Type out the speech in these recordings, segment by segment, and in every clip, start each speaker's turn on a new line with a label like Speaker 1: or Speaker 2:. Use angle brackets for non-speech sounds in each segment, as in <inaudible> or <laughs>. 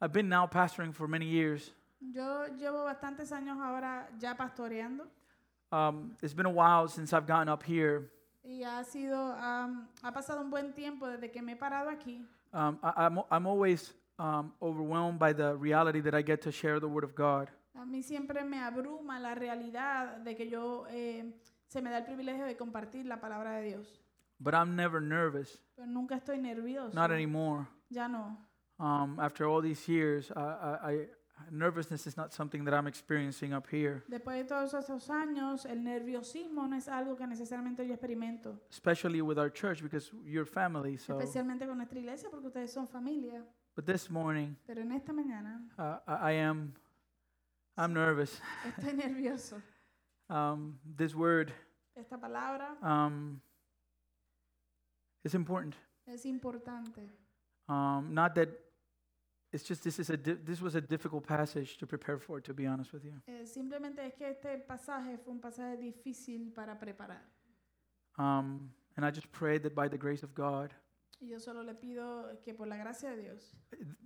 Speaker 1: I've been now pastoring for many years.
Speaker 2: Yo llevo bastantes años ahora ya pastoreando
Speaker 1: Um, it's been a while since I've gotten up here.
Speaker 2: y ha sido, am, ha pasado un buen tiempo desde que me he parado aquí
Speaker 1: Um, I, am I'm always um, overwhelmed by the reality that I get to share the Word of God.
Speaker 2: A mí siempre me abruma la realidad de que yo eh, se me da el privilegio de compartir la palabra de Dios.
Speaker 1: But I'm never nervous,
Speaker 2: Pero nunca estoy nervioso.
Speaker 1: not anymore.
Speaker 2: Ya no.
Speaker 1: Um, after all these years, I, I, I, nervousness is not something that I'm experiencing up here,
Speaker 2: Después de todos esos años, el nerviosismo no es algo que necesariamente yo experimento,
Speaker 1: especially with our church because you're family. So,
Speaker 2: especialmente con nuestra iglesia porque ustedes son familia.
Speaker 1: but this morning,
Speaker 2: Pero en esta mañana
Speaker 1: uh, I, I am, I'm nervous.
Speaker 2: estoy nervioso.
Speaker 1: Um, this word
Speaker 2: Esta palabra
Speaker 1: um, is important.
Speaker 2: es importante.
Speaker 1: Um, not that it's just this is a di- this was a difficult passage to prepare for. To be honest with you,
Speaker 2: Eh, simplemente es que este pasaje fue un pasaje difícil para preparar.
Speaker 1: um, and I just pray that by the grace of God,
Speaker 2: Y yo solo le pido que por la gracia de Dios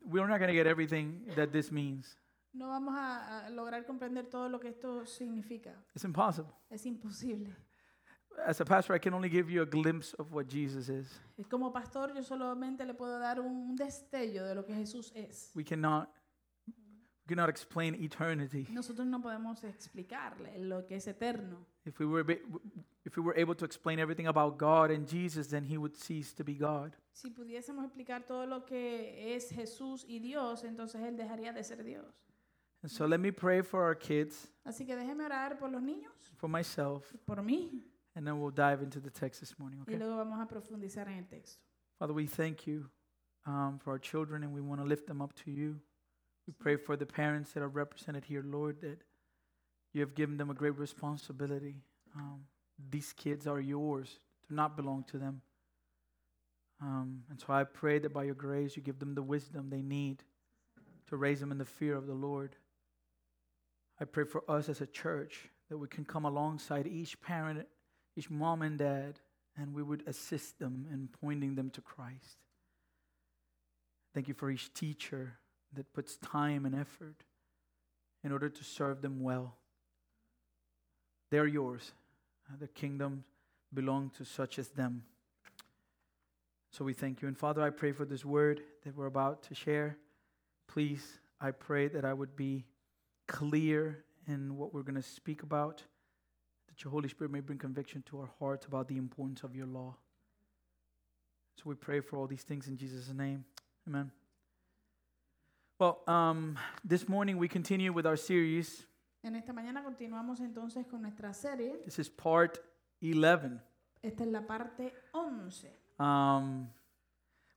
Speaker 1: we're not going to get everything that this means.
Speaker 2: No vamos a, a lograr comprender todo lo que esto significa.
Speaker 1: It's impossible.
Speaker 2: Es imposible.
Speaker 1: As a pastor, I can only give you a glimpse of what Jesus is.
Speaker 2: Y Como pastor, yo solamente le puedo dar un destello de lo que Jesús es.
Speaker 1: We cannot we cannot explain eternity.
Speaker 2: Nosotros no podemos explicarle lo que es eterno.
Speaker 1: If we were ab- if we were able to explain everything about God and Jesus, then He would cease to be God.
Speaker 2: Si pudiésemos explicar todo lo que es Jesús y Dios, entonces Él dejaría de ser Dios.
Speaker 1: And so, let me pray for our kids,
Speaker 2: Así que déjeme orar por los niños,
Speaker 1: for myself,
Speaker 2: por mí,
Speaker 1: and then we'll dive into the text this morning.
Speaker 2: y
Speaker 1: Okay.
Speaker 2: luego vamos a profundizar en el texto.
Speaker 1: Father, we thank you um, for our children and we want to lift them up to you. We pray for the parents that are represented here, Lord, that you have given them a great responsibility. Um, these kids are yours, do not belong to them. Um, and so I pray that by your grace, you give them the wisdom they need to raise them in the fear of the Lord. I pray for us as a church that we can come alongside each parent, each mom and dad, and we would assist them in pointing them to Christ. Thank you for each teacher that puts time and effort in order to serve them well. They're yours. Uh, The kingdom belongs to such as them. So we thank you. And Father, I pray for this word that we're about to share. Please, I pray that I would be clear in what we're going to speak about that your Holy Spirit may bring conviction to our hearts about the importance of your law. So we pray for all these things in Jesus' name. Amen. Well, um, this morning we continue with our series.
Speaker 2: En esta mañana continuamos entonces con nuestra serie.
Speaker 1: This is part 11.
Speaker 2: Esta es la parte 11.
Speaker 1: Um,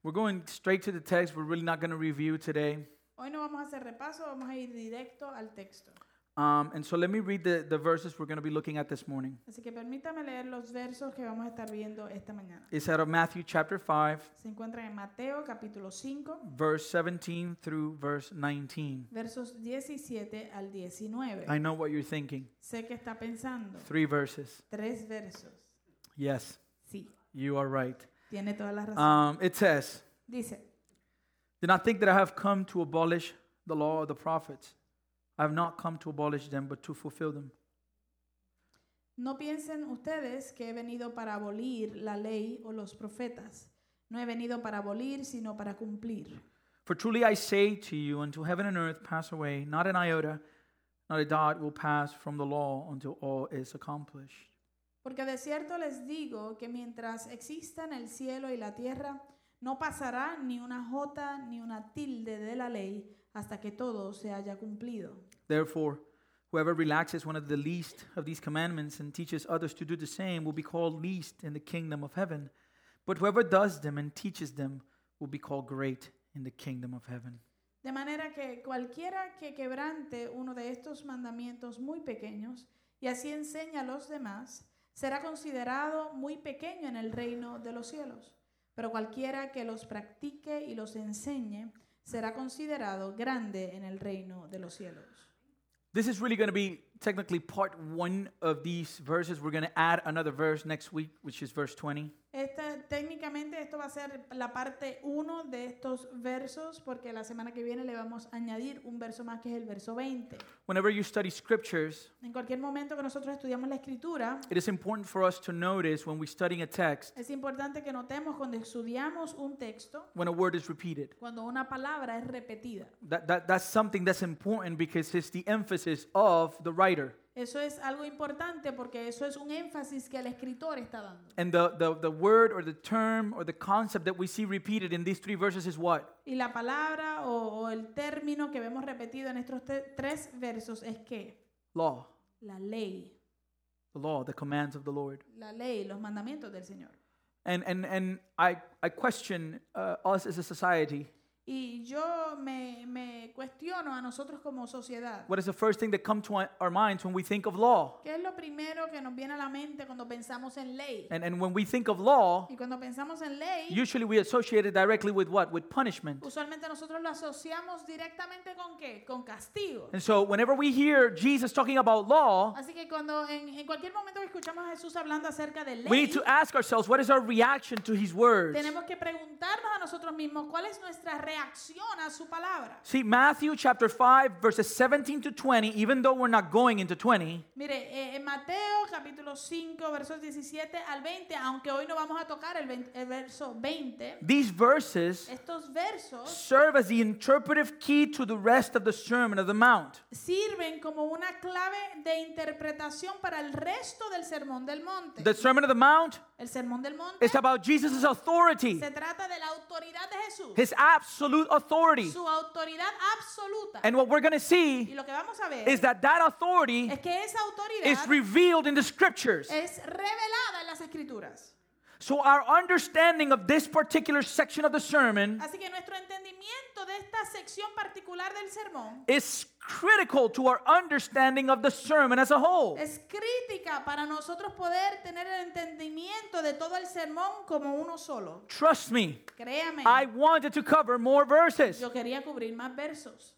Speaker 1: we're going straight to the text. We're really not going to review today.
Speaker 2: Hoy no vamos a hacer repaso, vamos a ir directo al texto.
Speaker 1: Um, and so let me read the, the verses we're going to be looking at this morning.
Speaker 2: Así que permítame leer los versos que vamos a estar viendo esta mañana.
Speaker 1: It's out of Matthew chapter 5,
Speaker 2: Se encuentran en Mateo capítulo 5,
Speaker 1: verse 17 through verse 19.
Speaker 2: versos 17 al 19.
Speaker 1: I know what you're thinking.
Speaker 2: Sé que está pensando.
Speaker 1: Three verses.
Speaker 2: Tres versos.
Speaker 1: Yes.
Speaker 2: Sí,
Speaker 1: You are right.
Speaker 2: tiene toda la razón.
Speaker 1: Um, it says,
Speaker 2: Dice,
Speaker 1: Do not think that I have come to abolish the law or the prophets. I have not come to abolish them, but to fulfill them.
Speaker 2: no piensen ustedes que he venido para abolir la ley o los profetas. No he venido para abolir, sino para cumplir.
Speaker 1: For truly I say to you, until heaven and earth pass away, not an iota, not a dot will pass from the law until all is accomplished.
Speaker 2: Porque de cierto les digo que mientras existan el cielo y la tierra, no pasará ni una jota ni una tilde de la ley hasta que todo se haya cumplido.
Speaker 1: Therefore, whoever relaxes one of the least of these commandments and teaches others to do the same will be called least in the kingdom of heaven. But whoever does them and teaches them will be called great in the kingdom of heaven.
Speaker 2: De manera que cualquiera que quebrante uno de estos mandamientos muy pequeños y así enseña a los demás, será considerado muy pequeño en el reino de los cielos. Pero cualquiera que los practique y los enseñe, será considerado grande en el reino de los cielos.
Speaker 1: This is really going to be technically part one of these verses. We're going to add another verse next week, which is verse 20.
Speaker 2: Esta- técnicamente esto va a ser la parte 1 de estos versos porque la semana que viene le vamos a añadir un verso más que es el verso 20.
Speaker 1: Whenever you study scriptures,
Speaker 2: En cualquier momento que nosotros estudiamos la escritura,
Speaker 1: it is important for us to notice when we're studying a text
Speaker 2: es importante que notemos cuando estudiamos un texto,
Speaker 1: when a word is repeated.
Speaker 2: cuando una palabra es repetida.
Speaker 1: That, that, that's something that's important because it's the emphasis of the writer.
Speaker 2: Eso es algo importante porque eso es un énfasis que el escritor está dando.
Speaker 1: And the, the, the word or the term or the concept that we see repeated in these three verses is what?
Speaker 2: Y la palabra o, o el término que vemos repetido en estos te- tres versos es que
Speaker 1: Law.
Speaker 2: la ley,
Speaker 1: The law, the commands of the Lord.
Speaker 2: la ley, los mandamientos del Señor.
Speaker 1: And, and, and I, I question uh, us as a society.
Speaker 2: Y yo me, me cuestiono a nosotros como sociedad.
Speaker 1: What is the first thing that comes to our- our minds when we think of law?
Speaker 2: ¿Qué es lo primero que nos viene a la mente cuando pensamos en ley?
Speaker 1: And, and when we think of law,
Speaker 2: Y cuando pensamos en ley,
Speaker 1: usually we associate it directly with what? With punishment.
Speaker 2: usualmente nosotros lo asociamos directamente con qué? Con castigo.
Speaker 1: And so whenever we hear Jesus talking about law,
Speaker 2: Así que cuando en, en cualquier momento que escuchamos a Jesús hablando acerca de
Speaker 1: we need
Speaker 2: ley,
Speaker 1: to ask ourselves what is our reaction to his words?
Speaker 2: tenemos que preguntarnos a nosotros mismos cuál es nuestra reacción a su palabra.
Speaker 1: See, Matthew chapter 5, verses 17 to 20, even though we're not going into 20,
Speaker 2: Mire, eh, en Mateo capítulo 5, versos 17 al 20, aunque hoy no vamos a tocar el, 20 el verso 20,
Speaker 1: these verses
Speaker 2: estos versos
Speaker 1: serve as the interpretive key to the rest of the Sermon of the Mount.
Speaker 2: sirven como una clave de interpretación para el resto del Sermón del Monte.
Speaker 1: The Sermon of the Mount
Speaker 2: El Sermón del Monte
Speaker 1: is about Jesus' authority,
Speaker 2: se trata de la autoridad de Jesús,
Speaker 1: his absolute authority.
Speaker 2: su autoridad absoluta.
Speaker 1: And what we're going to
Speaker 2: Y
Speaker 1: see
Speaker 2: lo que vamos a ver
Speaker 1: is
Speaker 2: es
Speaker 1: that that authority
Speaker 2: que esa autoridad
Speaker 1: is revealed in the scriptures.
Speaker 2: es revelada en las Escrituras.
Speaker 1: So our understanding of this particular section of the sermon
Speaker 2: Así que nuestro entendimiento de esta sección particular del sermón
Speaker 1: is critical to our understanding of the sermon as a whole.
Speaker 2: es crítica para nosotros poder tener el entendimiento de todo el sermón como uno solo.
Speaker 1: Trust me,
Speaker 2: Créame,
Speaker 1: I wanted to cover more verses.
Speaker 2: yo quería cubrir más versos.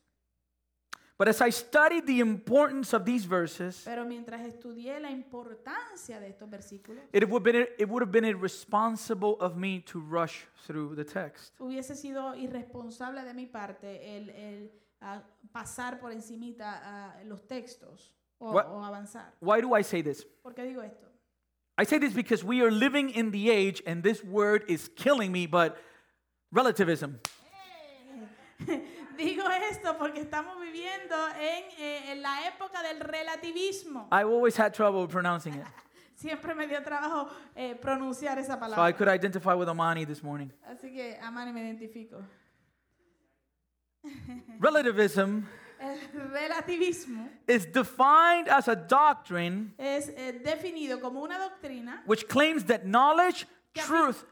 Speaker 1: But as I studied the importance of these verses,
Speaker 2: Pero mientras estudié la importancia de estos versículos,
Speaker 1: it would have been, it would have been irresponsible of me to rush through the text.
Speaker 2: hubiese sido irresponsable de mi parte el, el, ah, pasar por encimita ah, los textos o,
Speaker 1: What-
Speaker 2: o avanzar.
Speaker 1: Why do I say this?
Speaker 2: ¿Por qué digo esto? <laughs>
Speaker 1: I say this because we are living in the age, and this word is killing me, but relativism.
Speaker 2: Digo esto porque estamos viviendo en, eh, en la época del relativismo.
Speaker 1: I always had trouble pronouncing it.
Speaker 2: Siempre me dio trabajo eh, pronunciar
Speaker 1: So
Speaker 2: esa
Speaker 1: I
Speaker 2: palabra.
Speaker 1: could identify with Amani this morning.
Speaker 2: Así que, Amani, me identifico.
Speaker 1: Relativism
Speaker 2: El relativismo
Speaker 1: is defined as a doctrine
Speaker 2: es eh, definido como una doctrina
Speaker 1: which claims that knowledge, truth,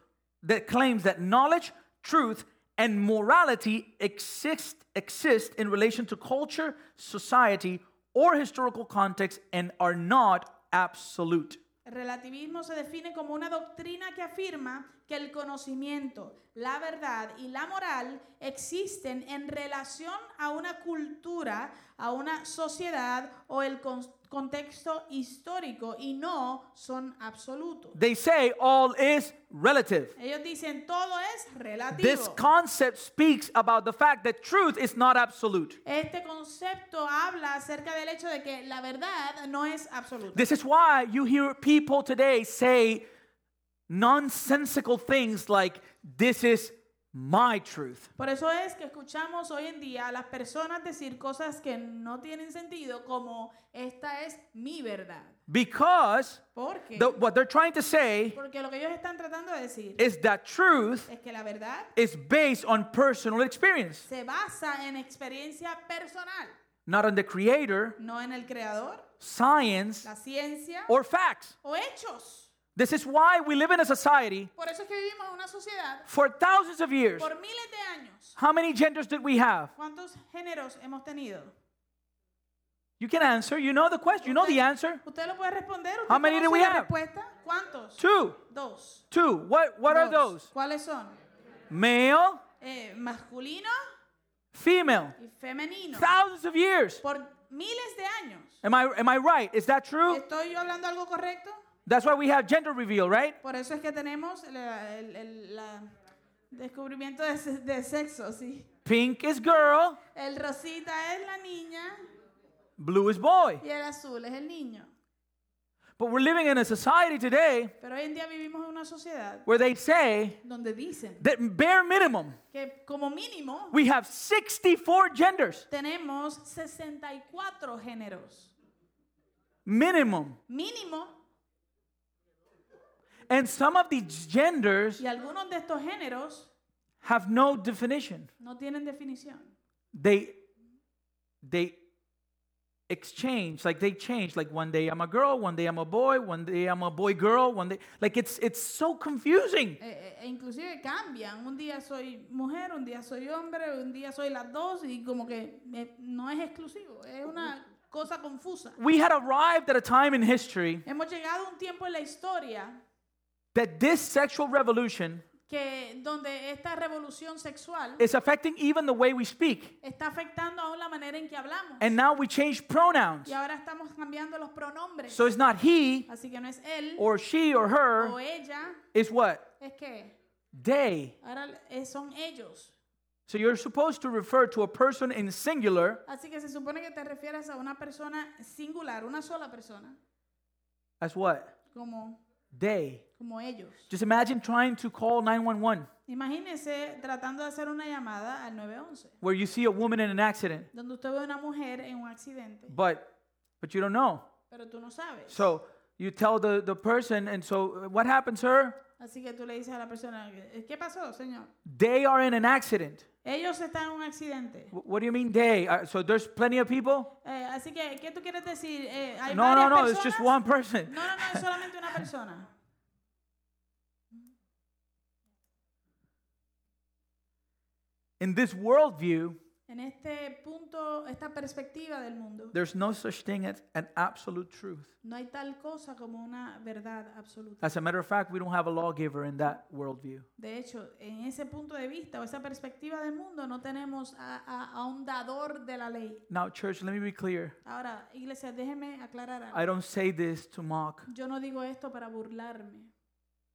Speaker 1: that claims that knowledge, truth, and morality exist exist in relation to culture, society, or historical context and are not absolute.
Speaker 2: El relativismo se define como una doctrina que afirma que el conocimiento, la verdad y la moral existen en relación a una cultura, a una sociedad o el con- contexto histórico y no son absolutos.
Speaker 1: They say all is relative.
Speaker 2: Ellos dicen todo es
Speaker 1: This
Speaker 2: relativo.
Speaker 1: concept speaks about the fact that truth is not absolute.
Speaker 2: Este concepto habla acerca del hecho de que la verdad no es absoluta.
Speaker 1: This is why you hear people today say nonsensical things like, This is my truth.
Speaker 2: Por eso es que escuchamos hoy en día a las personas decir cosas que no tienen sentido como esta es mi verdad.
Speaker 1: Because
Speaker 2: ¿Por qué?
Speaker 1: the, what they're trying to say
Speaker 2: Porque lo que ellos están tratando de decir
Speaker 1: is that truth
Speaker 2: es que la verdad
Speaker 1: is based on personal experience,
Speaker 2: se basa en experiencia personal,
Speaker 1: not on the creator,
Speaker 2: no en el creador,
Speaker 1: science,
Speaker 2: la ciencia
Speaker 1: or facts.
Speaker 2: o hechos.
Speaker 1: This is why we live in a society
Speaker 2: Por eso es que vivimos en una sociedad
Speaker 1: for thousands of years.
Speaker 2: por miles de años.
Speaker 1: How many genders did we have?
Speaker 2: ¿Cuántos géneros hemos tenido?
Speaker 1: You can answer. You know the question. You know the answer.
Speaker 2: Usted lo puede responder. ¿Usted
Speaker 1: How many
Speaker 2: conoce
Speaker 1: do we
Speaker 2: la
Speaker 1: have?
Speaker 2: respuesta? ¿Cuántos?
Speaker 1: Two.
Speaker 2: Dos.
Speaker 1: Two. What, what are
Speaker 2: Dos.
Speaker 1: those?
Speaker 2: ¿Cuáles son?
Speaker 1: Male,
Speaker 2: Eh, masculino
Speaker 1: female.
Speaker 2: y femenino
Speaker 1: Thousands of years.
Speaker 2: por miles de años.
Speaker 1: Am I, am I right? Is that true?
Speaker 2: ¿Estoy yo hablando algo correcto?
Speaker 1: That's why we have gender reveal, right?
Speaker 2: Por eso es que tenemos el, el- el- la- descubrimiento de, se- de sexo, sí.
Speaker 1: Pink is girl,
Speaker 2: El rosita es la niña
Speaker 1: blue is boy.
Speaker 2: y el azul es el niño.
Speaker 1: But we're living in a society today
Speaker 2: Pero hoy en día vivimos en una sociedad
Speaker 1: where they say
Speaker 2: donde dicen
Speaker 1: that bare minimum,
Speaker 2: que como mínimo
Speaker 1: we have 64 genders.
Speaker 2: tenemos 64 géneros.
Speaker 1: Minimum.
Speaker 2: Mínimo.
Speaker 1: And some of these genders
Speaker 2: Y algunos de estos géneros
Speaker 1: have no definition.
Speaker 2: no tienen definición.
Speaker 1: They they exchange, like they change. Like one day I'm a girl, one day I'm a boy, one day I'm a boy girl, one day like it's it's so confusing.
Speaker 2: Eh, eh, e inclusive cambian. Un día soy mujer, un día soy hombre, un día soy las dos y como que eh, no es exclusivo. Es una cosa confusa.
Speaker 1: We had arrived at a time in history
Speaker 2: Hemos llegado a un tiempo en la historia
Speaker 1: that this sexual revolution
Speaker 2: que donde esta revolución sexual
Speaker 1: is affecting even the way we speak.
Speaker 2: está afectando aún la manera en que hablamos.
Speaker 1: And now we change pronouns.
Speaker 2: Y ahora estamos cambiando los pronombres.
Speaker 1: So it's not he
Speaker 2: Así que no es él
Speaker 1: or she or
Speaker 2: o
Speaker 1: her,
Speaker 2: ella,
Speaker 1: it's what?
Speaker 2: es que
Speaker 1: They.
Speaker 2: ahora eh, son ellos.
Speaker 1: So you're supposed to refer to a person in singular
Speaker 2: Así que se supone que te refieres a una persona singular, una sola persona,
Speaker 1: as what?
Speaker 2: como,
Speaker 1: They.
Speaker 2: como ellos.
Speaker 1: Just imagine trying to call 911
Speaker 2: Imagínese tratando de hacer una llamada al 911,
Speaker 1: where you see a woman in an accident,
Speaker 2: donde usted ve a una mujer en un accidente,
Speaker 1: but but you don't know.
Speaker 2: pero tú no sabes.
Speaker 1: So you tell the, the person, and so uh, what happened, sir?
Speaker 2: Así que tú le dices a la persona, "Eh, ¿qué pasó, señor?
Speaker 1: They are in an accident.
Speaker 2: Ellos están en un accidente.
Speaker 1: Wh- What do you mean they? Uh, so there's plenty of people?
Speaker 2: Eh, así que, ¿qué tú quieres decir? Eh, ¿hay
Speaker 1: No, no,
Speaker 2: varias
Speaker 1: no, it's
Speaker 2: personas?
Speaker 1: just one person.
Speaker 2: No, no, no, es solamente una persona.
Speaker 1: In this worldview,
Speaker 2: En este punto, esta perspectiva del mundo,
Speaker 1: there's no such thing as an absolute truth.
Speaker 2: no hay tal cosa como una verdad absoluta.
Speaker 1: As a matter of fact, we don't have a lawgiver in that worldview.
Speaker 2: De hecho, en ese punto de vista o esa perspectiva del mundo, no tenemos a, a- a un dador de la ley.
Speaker 1: Now, church, let me be clear.
Speaker 2: Ahora, iglesia, déjeme aclarar algo.
Speaker 1: I don't say this to mock.
Speaker 2: Yo no digo esto para burlarme.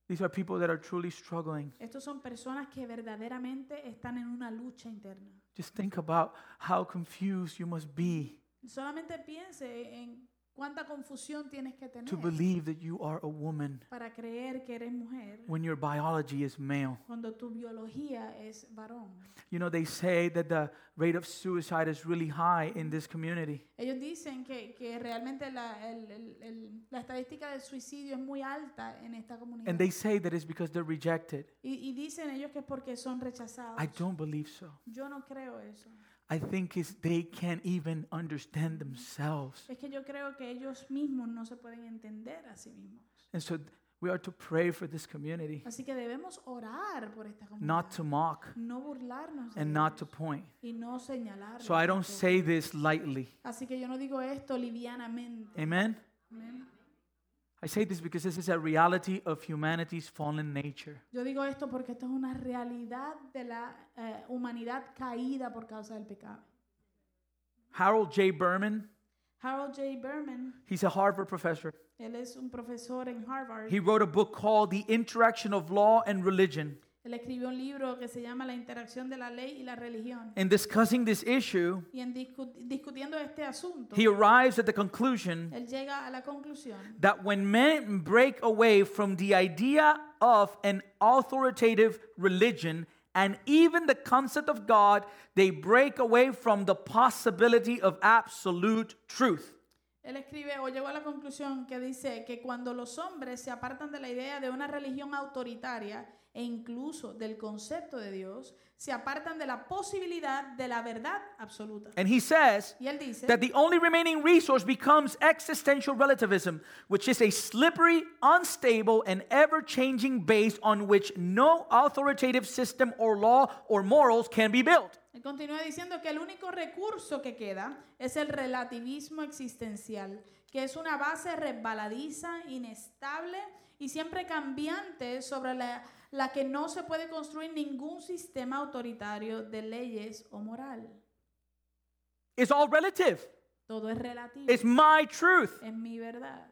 Speaker 1: These are people that are truly struggling.
Speaker 2: Estos son personas que verdaderamente están en una lucha interna.
Speaker 1: Just think about how confused you must be
Speaker 2: Solamente piense en cuánta confusión tienes que tener
Speaker 1: to believe that you are a woman
Speaker 2: para creer que eres mujer
Speaker 1: when your biology is male.
Speaker 2: cuando tu biología es varón.
Speaker 1: You know, they say that the rate of suicide is really high in this community.
Speaker 2: Ellos dicen que, que realmente la, el- el- el- la estadística del suicidio es muy alta en esta comunidad.
Speaker 1: And they say that it's because they're rejected.
Speaker 2: y, y dicen ellos que es porque son rechazados.
Speaker 1: I don't believe so.
Speaker 2: Yo no creo eso.
Speaker 1: I think it's they can't even understand themselves.
Speaker 2: Es que yo creo que ellos mismos no se pueden entender a sí mismos.
Speaker 1: And so we are to pray for this community,
Speaker 2: Así que debemos orar por esta comunidad.
Speaker 1: not to mock
Speaker 2: no burlarnos de
Speaker 1: and not to
Speaker 2: ellos
Speaker 1: point.
Speaker 2: y no señalarlos.
Speaker 1: So I don't
Speaker 2: tampoco.
Speaker 1: say this lightly.
Speaker 2: Así que yo no digo esto livianamente.
Speaker 1: Amen?
Speaker 2: Amén.
Speaker 1: I say this because this is a reality of humanity's fallen nature.
Speaker 2: Yo digo esto porque esto es una realidad de la eh, humanidad caída por causa del pecado.
Speaker 1: Harold J. Berman,
Speaker 2: Harold J. Berman,
Speaker 1: he's a Harvard professor.
Speaker 2: él es un profesor en Harvard.
Speaker 1: He wrote a book called The Interaction of Law and Religion.
Speaker 2: él escribió un libro que se llama La interacción de la ley y la religión.
Speaker 1: In discussing this issue,
Speaker 2: Y en discu- discutiendo este asunto,
Speaker 1: he arrives at the conclusion
Speaker 2: él llega a la conclusión
Speaker 1: that when men break away from the idea of an authoritative religion and even the concept of God, they break away from the possibility of absolute truth.
Speaker 2: Él escribe o llegó a la conclusión que dice que cuando los hombres se apartan de la idea de una religión autoritaria e incluso del concepto de Dios, se apartan de la posibilidad de la verdad absoluta.
Speaker 1: And he says
Speaker 2: Y él dice
Speaker 1: that the only remaining resource becomes existential relativism, which is a slippery, unstable, and ever changing base on which no authoritative system or law or morals can be built.
Speaker 2: Él continúa diciendo que el único recurso que queda es el relativismo existencial, que es una base resbaladiza, inestable y siempre cambiante sobre la, la que no se puede construir ningún sistema autoritario de leyes o moral.
Speaker 1: It's all relative.
Speaker 2: Todo es relativo,
Speaker 1: It's my truth.
Speaker 2: es mi verdad.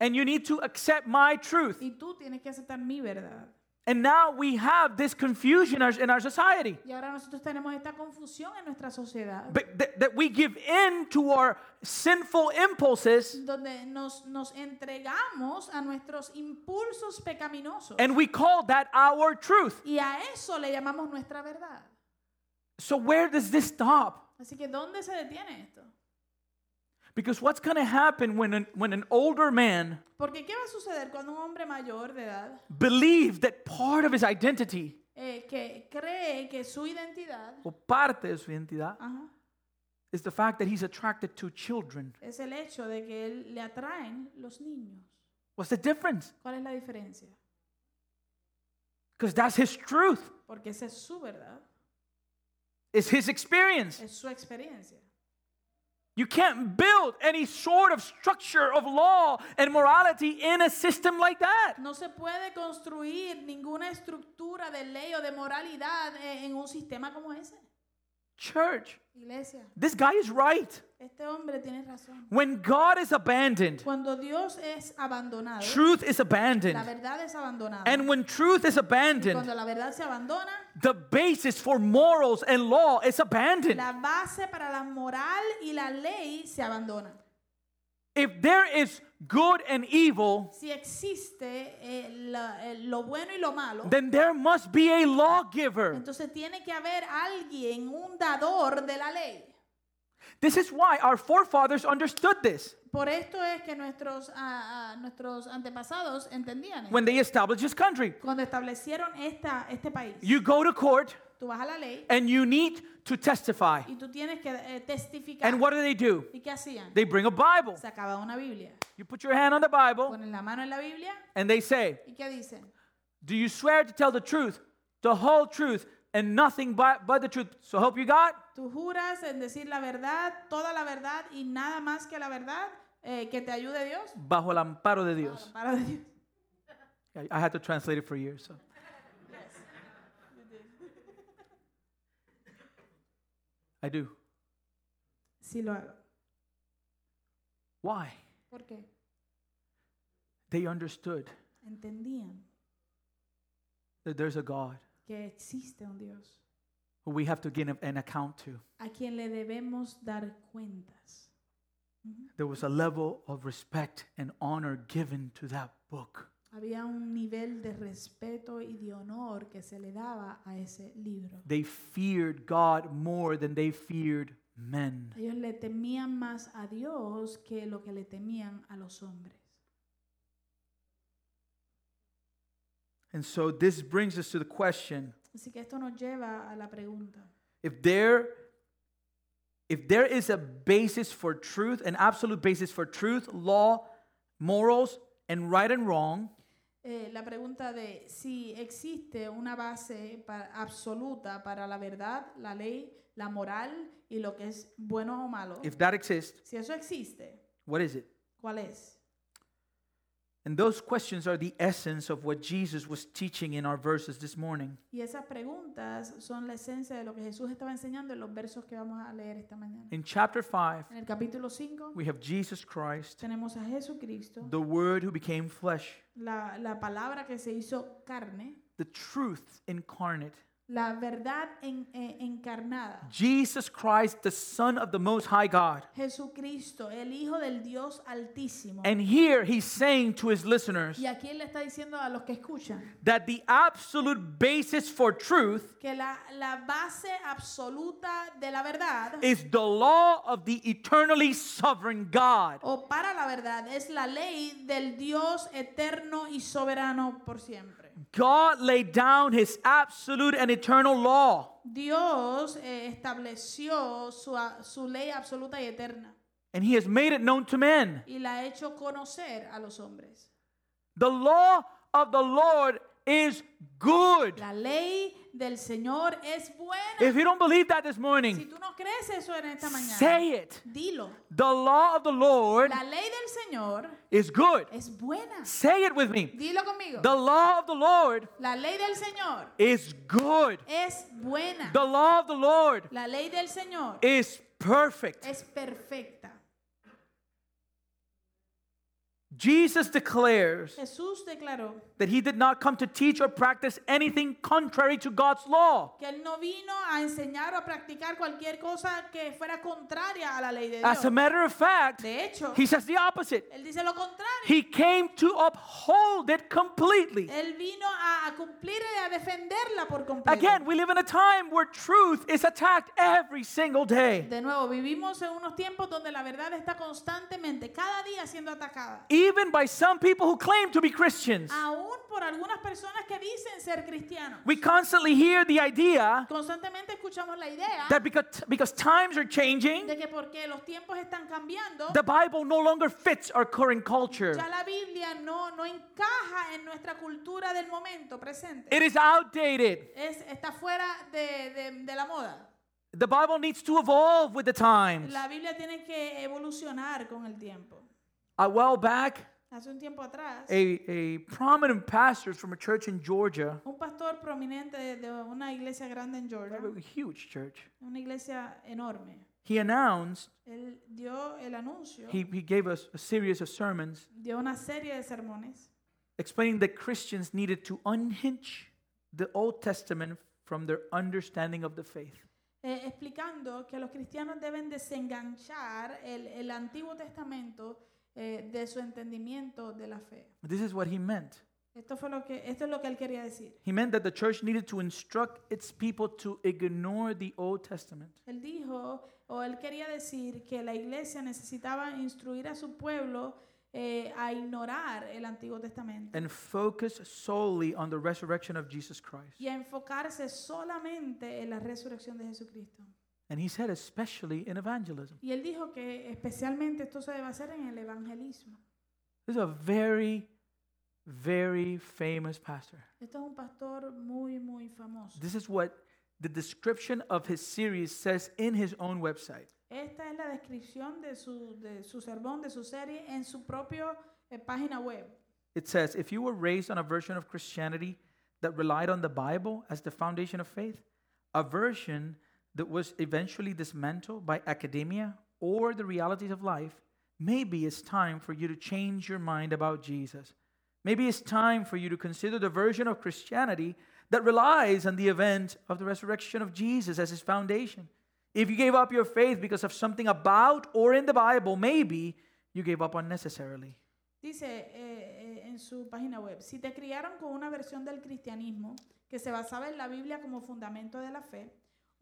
Speaker 1: And you need to accept my truth.
Speaker 2: Y tú tienes que aceptar mi verdad.
Speaker 1: And now we have this confusion in our, in our society
Speaker 2: Y ahora nosotros tenemos esta confusión en nuestra sociedad,
Speaker 1: but that, that we give in to our sinful impulses
Speaker 2: donde nos, nos entregamos a nuestros impulsos pecaminosos.
Speaker 1: and we call that our truth.
Speaker 2: Y a eso le llamamos nuestra verdad.
Speaker 1: So, where does this stop?
Speaker 2: Así que, ¿dónde se detiene esto?
Speaker 1: Because what's going to happen when an, when an older man
Speaker 2: Porque, ¿qué va a suceder cuando un hombre mayor de edad
Speaker 1: believes that part of his identity
Speaker 2: eh, que cree que su identidad
Speaker 1: o parte de su identidad
Speaker 2: ajá,
Speaker 1: is the fact that he's attracted to children?
Speaker 2: es el hecho de que él, le atraen los niños?
Speaker 1: What's the difference?
Speaker 2: ¿Cuál es la diferencia?
Speaker 1: Because that's his truth,
Speaker 2: Porque esa es su verdad,
Speaker 1: it's his experience.
Speaker 2: es su experiencia.
Speaker 1: You can't build any sort of structure of law and morality in a system like that.
Speaker 2: No se puede construir ninguna estructura de ley o de moralidad eh, en un sistema como ese.
Speaker 1: Church,
Speaker 2: Iglesia,
Speaker 1: this guy is right.
Speaker 2: este hombre tiene razón.
Speaker 1: When God is abandoned,
Speaker 2: Cuando Dios es abandonado,
Speaker 1: truth is
Speaker 2: la
Speaker 1: abandoned.
Speaker 2: verdad es abandonada.
Speaker 1: And when truth is
Speaker 2: Y
Speaker 1: abandoned,
Speaker 2: cuando la verdad se abandona,
Speaker 1: the basis for morals and law is abandoned.
Speaker 2: la base para la moral y la ley se abandona.
Speaker 1: If there is good and evil,
Speaker 2: Si existe eh, la- eh, lo bueno y lo malo,
Speaker 1: then there must be a lawgiver.
Speaker 2: entonces tiene que haber alguien, un dador de la ley.
Speaker 1: This is why our forefathers understood this
Speaker 2: Por esto es que nuestros, ah, ah, nuestros antepasados entendían esto.
Speaker 1: when they established this country.
Speaker 2: cuando establecieron esta, este país.
Speaker 1: You go to court
Speaker 2: tú vas a la ley
Speaker 1: and you need to testify.
Speaker 2: y tú tienes que eh, testificar.
Speaker 1: And what do they do?
Speaker 2: ¿Y qué hacían?
Speaker 1: They bring a Bible.
Speaker 2: Sacaba una Biblia,
Speaker 1: You put your hand on the Bible
Speaker 2: ponen la mano en la Biblia
Speaker 1: and they say,
Speaker 2: y ¿qué dicen?
Speaker 1: Do you swear to tell the truth, the whole truth, and nothing but, but the truth? So help you God?
Speaker 2: Tú juras en decir la verdad, toda la verdad y nada más que la verdad, eh, que te ayude Dios.
Speaker 1: Bajo el amparo de Dios.
Speaker 2: Para de Dios.
Speaker 1: I, I had to translate it for years. So. I do.
Speaker 2: Sí lo hago.
Speaker 1: Why?
Speaker 2: ¿Por qué?
Speaker 1: They understood
Speaker 2: Entendían
Speaker 1: that there's a God
Speaker 2: que existe un Dios
Speaker 1: who we have to give an account to.
Speaker 2: a quien le debemos dar cuentas. Ujú.
Speaker 1: There was a level of respect and honor given to that book.
Speaker 2: Había un nivel de respeto y de honor que se le daba a ese libro.
Speaker 1: They feared God more than they feared men.
Speaker 2: Ellos le temían más a Dios que lo que le temían a los hombres.
Speaker 1: And so this brings us to the question
Speaker 2: Así que esto nos lleva a la pregunta.
Speaker 1: if there if there is a basis for truth an absolute basis for truth law morals and right and wrong
Speaker 2: Eh, la pregunta de si existe una base pa- absoluta para la verdad, la ley, la moral y lo que es bueno o malo.
Speaker 1: if that exists
Speaker 2: si eso existe,
Speaker 1: what is it
Speaker 2: ¿cuál es?
Speaker 1: and those questions are the essence of what jesus was teaching in our verses this morning
Speaker 2: Y esas preguntas son la esencia de lo que Jesús estaba enseñando en los versos que vamos a leer esta mañana.
Speaker 1: in chapter 5
Speaker 2: En el capítulo 5
Speaker 1: we have jesus christ
Speaker 2: tenemos a Jesucristo,
Speaker 1: the word who became flesh
Speaker 2: la, la palabra que se hizo carne,
Speaker 1: the truth incarnate
Speaker 2: la verdad en- eh, encarnada.
Speaker 1: jesus christ the son of the most high god
Speaker 2: Jesucristo, el Hijo del Dios Altísimo.
Speaker 1: and here he's saying to his listeners
Speaker 2: Y aquí él le está diciendo a los que escuchan
Speaker 1: that the absolute basis for truth
Speaker 2: que la, la base absoluta de la verdad
Speaker 1: is the law of the eternally sovereign God.
Speaker 2: o para la verdad es la ley del Dios eterno y soberano por siempre.
Speaker 1: God laid down his absolute and eternal law,
Speaker 2: Dios eh, estableció su, a- su ley absoluta y eterna
Speaker 1: and he has made it known to men.
Speaker 2: y la ha hecho conocer a los hombres.
Speaker 1: The law of the Lord is good.
Speaker 2: La ley del Señor es buena.
Speaker 1: If you don't believe that this
Speaker 2: Si
Speaker 1: morning,
Speaker 2: tú no crees eso en esta mañana,
Speaker 1: say it.
Speaker 2: dilo.
Speaker 1: The law of the Lord
Speaker 2: La ley del Señor
Speaker 1: is good.
Speaker 2: es buena.
Speaker 1: Say it with me.
Speaker 2: Dilo conmigo.
Speaker 1: The law of the Lord
Speaker 2: La ley del Señor
Speaker 1: is good.
Speaker 2: es buena.
Speaker 1: The law of the Lord
Speaker 2: La ley del Señor
Speaker 1: is perfect.
Speaker 2: es perfecta.
Speaker 1: Jesus declares
Speaker 2: Jesús declaró
Speaker 1: that he did not come to teach or practice anything contrary to God's law.
Speaker 2: que él no vino a enseñar o a practicar cualquier cosa que fuera contraria a la ley de
Speaker 1: As a
Speaker 2: Dios.
Speaker 1: matter of fact,
Speaker 2: De hecho,
Speaker 1: he says the opposite.
Speaker 2: él dice lo contrario.
Speaker 1: He came to uphold it completely.
Speaker 2: Él vino a, a cumplir y a defenderla por completo.
Speaker 1: Again, we live in a time where truth is attacked every single day.
Speaker 2: De nuevo, vivimos en unos tiempos donde la verdad está constantemente, cada día siendo atacada.
Speaker 1: Even by some people who claim to be Christians.
Speaker 2: Aún por algunas personas que dicen ser cristianos.
Speaker 1: We constantly hear the idea
Speaker 2: Constantemente escuchamos la idea
Speaker 1: that because, because times are changing,
Speaker 2: de que porque los tiempos están cambiando,
Speaker 1: the Bible no longer fits our current culture.
Speaker 2: ya la Biblia no, no encaja en nuestra cultura del momento presente.
Speaker 1: It is outdated.
Speaker 2: Es, está fuera de, de- de la moda.
Speaker 1: The Bible needs to evolve with the times.
Speaker 2: La Biblia tiene que evolucionar con el tiempo.
Speaker 1: A while back,
Speaker 2: Hace un tiempo atrás,
Speaker 1: a, a prominent pastor from a church in Georgia,
Speaker 2: un pastor prominente de, de una iglesia grande en Georgia,
Speaker 1: a huge church,
Speaker 2: una iglesia enorme,
Speaker 1: he announced,
Speaker 2: él dio el anuncio,
Speaker 1: he, he gave us a series of sermons
Speaker 2: dio una serie de sermones
Speaker 1: explaining that Christians needed to unhinge the Old Testament from their understanding of the faith.
Speaker 2: eh, explicando que los cristianos deben desenganchar el, el Antiguo Testamento eh, de su entendimiento de la fe.
Speaker 1: This is what he meant.
Speaker 2: Esto, fue lo que, esto es lo que él quería decir.
Speaker 1: He meant that the church needed to instruct its people to ignore the Old Testament
Speaker 2: Él dijo, o él quería decir, que la iglesia necesitaba instruir a su pueblo eh, a ignorar el Antiguo Testamento
Speaker 1: and focus solely on the resurrection of Jesus Christ.
Speaker 2: y a enfocarse solamente en la resurrección de Jesucristo.
Speaker 1: And he said, especially in evangelism.
Speaker 2: Y él dijo que especialmente esto se debe hacer en el evangelismo.
Speaker 1: This is a very, very famous pastor.
Speaker 2: Esto es un pastor muy, muy famoso.
Speaker 1: This is what the description of his series says in his own website.
Speaker 2: Esta es la descripción de su, de su sermón, de su serie, en su propia página web.
Speaker 1: It says, if you were raised on a version of Christianity that relied on the Bible as the foundation of faith, a version that was eventually dismantled by academia or the realities of life, maybe it's time for you to change your mind about Jesus. Maybe it's time for you to consider the version of Christianity that relies on the event of the resurrection of Jesus as its foundation. If you gave up your faith because of something about or in the Bible, maybe you gave up unnecessarily.
Speaker 2: Dice eh, eh, en su página web, si te criaron con una versión del cristianismo que se basaba en la Biblia como fundamento de la fe,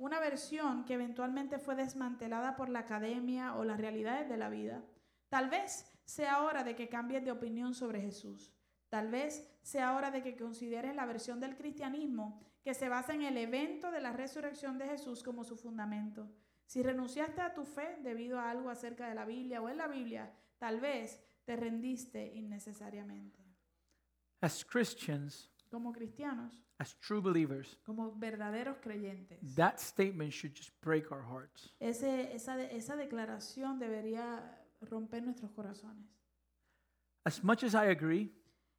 Speaker 2: una versión que eventualmente fue desmantelada por la academia o las realidades de la vida, tal vez sea hora de que cambies de opinión sobre Jesús. Tal vez sea hora de que consideres la versión del cristianismo que se basa en el evento de la resurrección de Jesús como su fundamento. Si renunciaste a tu fe debido a algo acerca de la Biblia o en la Biblia, tal vez te rendiste innecesariamente.
Speaker 1: As Christians,
Speaker 2: Como cristianos,
Speaker 1: as true believers,
Speaker 2: como verdaderos creyentes,
Speaker 1: that statement should just break our hearts.
Speaker 2: ese- esa, de- esa declaración debería romper nuestros corazones.
Speaker 1: As much as I agree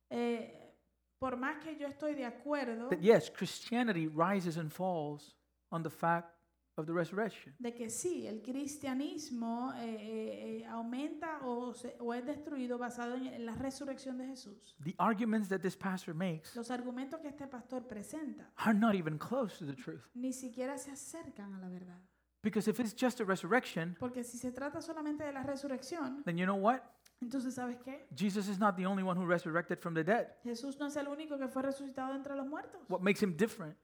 Speaker 2: Eh, por más que yo estoy de acuerdo
Speaker 1: that, yes, Christianity rises and falls on the fact of the resurrection,
Speaker 2: de que sí, el cristianismo eh, eh, eh, aumenta o, se- o es destruido basado en, en la resurrección de Jesús.
Speaker 1: the arguments that this pastor makes
Speaker 2: Los argumentos que este pastor presenta
Speaker 1: are not even close to the truth.
Speaker 2: ni siquiera se acercan a la verdad.
Speaker 1: Because if it's just a resurrection,
Speaker 2: Porque si se trata solamente de la resurrección,
Speaker 1: then you know what?
Speaker 2: entonces ¿sabes qué?
Speaker 1: Jesus is not the only one who resurrected from the dead.
Speaker 2: Jesús no es el único que fue resucitado entre los muertos.
Speaker 1: What makes him different?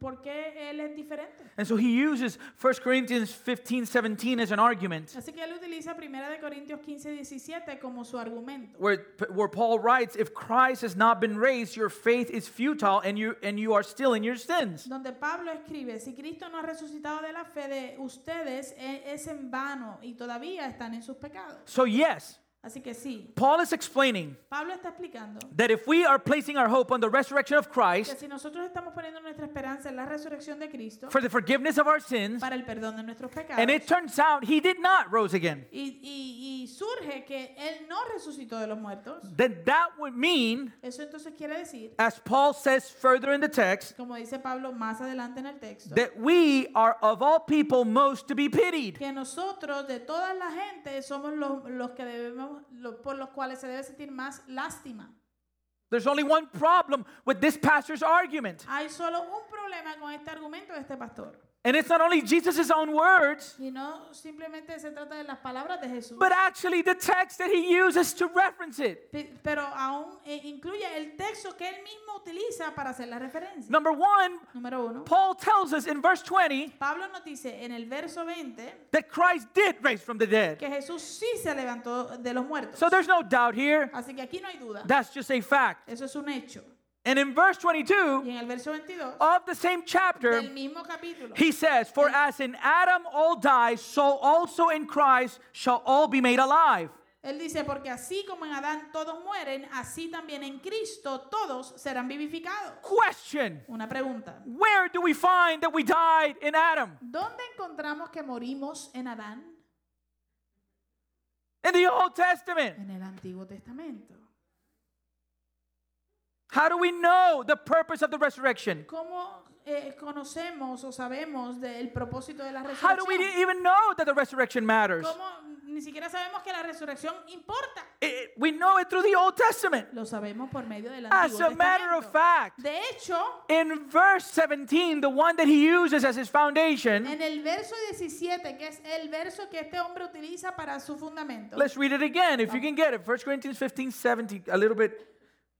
Speaker 2: ¿Por qué él es diferente?
Speaker 1: And so he uses 1 Corinthians 15 17 as an argument.
Speaker 2: Así que él utiliza 1 de Corintios 15, 17 como su argumento.
Speaker 1: where, where Paul writes, if Christ has not been raised, your faith is futile and you, and you are still in your sins.
Speaker 2: Donde Pablo escribe, si Cristo no ha resucitado de la fe de ustedes, e- es en vano y todavía están en sus pecados.
Speaker 1: So, yes,
Speaker 2: Así que sí,
Speaker 1: Paul is explaining
Speaker 2: Pablo está explicando
Speaker 1: that if we are placing our hope on the resurrection of
Speaker 2: que
Speaker 1: Christ
Speaker 2: si nosotros estamos poniendo nuestra esperanza en la resurrección de Cristo
Speaker 1: for the forgiveness of our sins,
Speaker 2: para el perdón de nuestros pecados,
Speaker 1: and it turns out he did not rose again,
Speaker 2: y, y- y surge que Él no resucitó de los muertos,
Speaker 1: then that would mean,
Speaker 2: eso entonces quiere decir,
Speaker 1: as Paul says further in the text,
Speaker 2: como dice Pablo más adelante en el texto,
Speaker 1: that we are of all people most to be pitied.
Speaker 2: que nosotros de toda la gente somos los, los que debemos, los- por los cuales se debe sentir más lástima.
Speaker 1: There's only one problem with this pastor's argument,
Speaker 2: Hay solo un problema con este argumento de este pastor.
Speaker 1: and it's not only Jesus' own words,
Speaker 2: Y no simplemente se trata de las palabras de Jesús,
Speaker 1: but actually the text that he uses to reference it.
Speaker 2: pe- pero aún eh, incluye el texto que él mismo utiliza para hacer la referencia.
Speaker 1: Number one,
Speaker 2: Número uno,
Speaker 1: Paul tells us in verse 20
Speaker 2: Pablo nos dice en el verso 20
Speaker 1: that Christ did raise from the dead.
Speaker 2: que Jesús sí se levantó de los muertos.
Speaker 1: So there's no doubt here.
Speaker 2: Así que aquí no hay duda.
Speaker 1: That's just a fact.
Speaker 2: Eso es un hecho.
Speaker 1: And in verse
Speaker 2: Y
Speaker 1: 22
Speaker 2: en el verso 22
Speaker 1: of the same
Speaker 2: del
Speaker 1: chapter,
Speaker 2: mismo capítulo,
Speaker 1: he says, For as in Adam all die, so also in Christ shall all be made alive.
Speaker 2: él dice, porque así como en Adán todos mueren, así también en Cristo todos serán vivificados.
Speaker 1: Question
Speaker 2: Una pregunta.
Speaker 1: Where do we find that we died in Adam?
Speaker 2: ¿Dónde encontramos que morimos en Adán?
Speaker 1: In the Old Testament.
Speaker 2: En el Antiguo Testamento.
Speaker 1: How do we know the purpose of the resurrection?
Speaker 2: ¿Cómo eh, conocemos o sabemos del propósito de la
Speaker 1: How do we
Speaker 2: resurrección?
Speaker 1: even know that the resurrection matters?
Speaker 2: ¿Cómo ni siquiera sabemos que la resurrección importa?
Speaker 1: It- we know it through the Old Testament.
Speaker 2: Lo sabemos por medio del
Speaker 1: As
Speaker 2: Antiguo
Speaker 1: a matter of
Speaker 2: Testamento.
Speaker 1: fact,
Speaker 2: De hecho,
Speaker 1: in verse 17, the one that he uses as his foundation,
Speaker 2: en el verso 17, que es el verso que este hombre utiliza para su fundamento,
Speaker 1: let's read it again if you can get it. 1 Corinthians 15, 17, a little bit.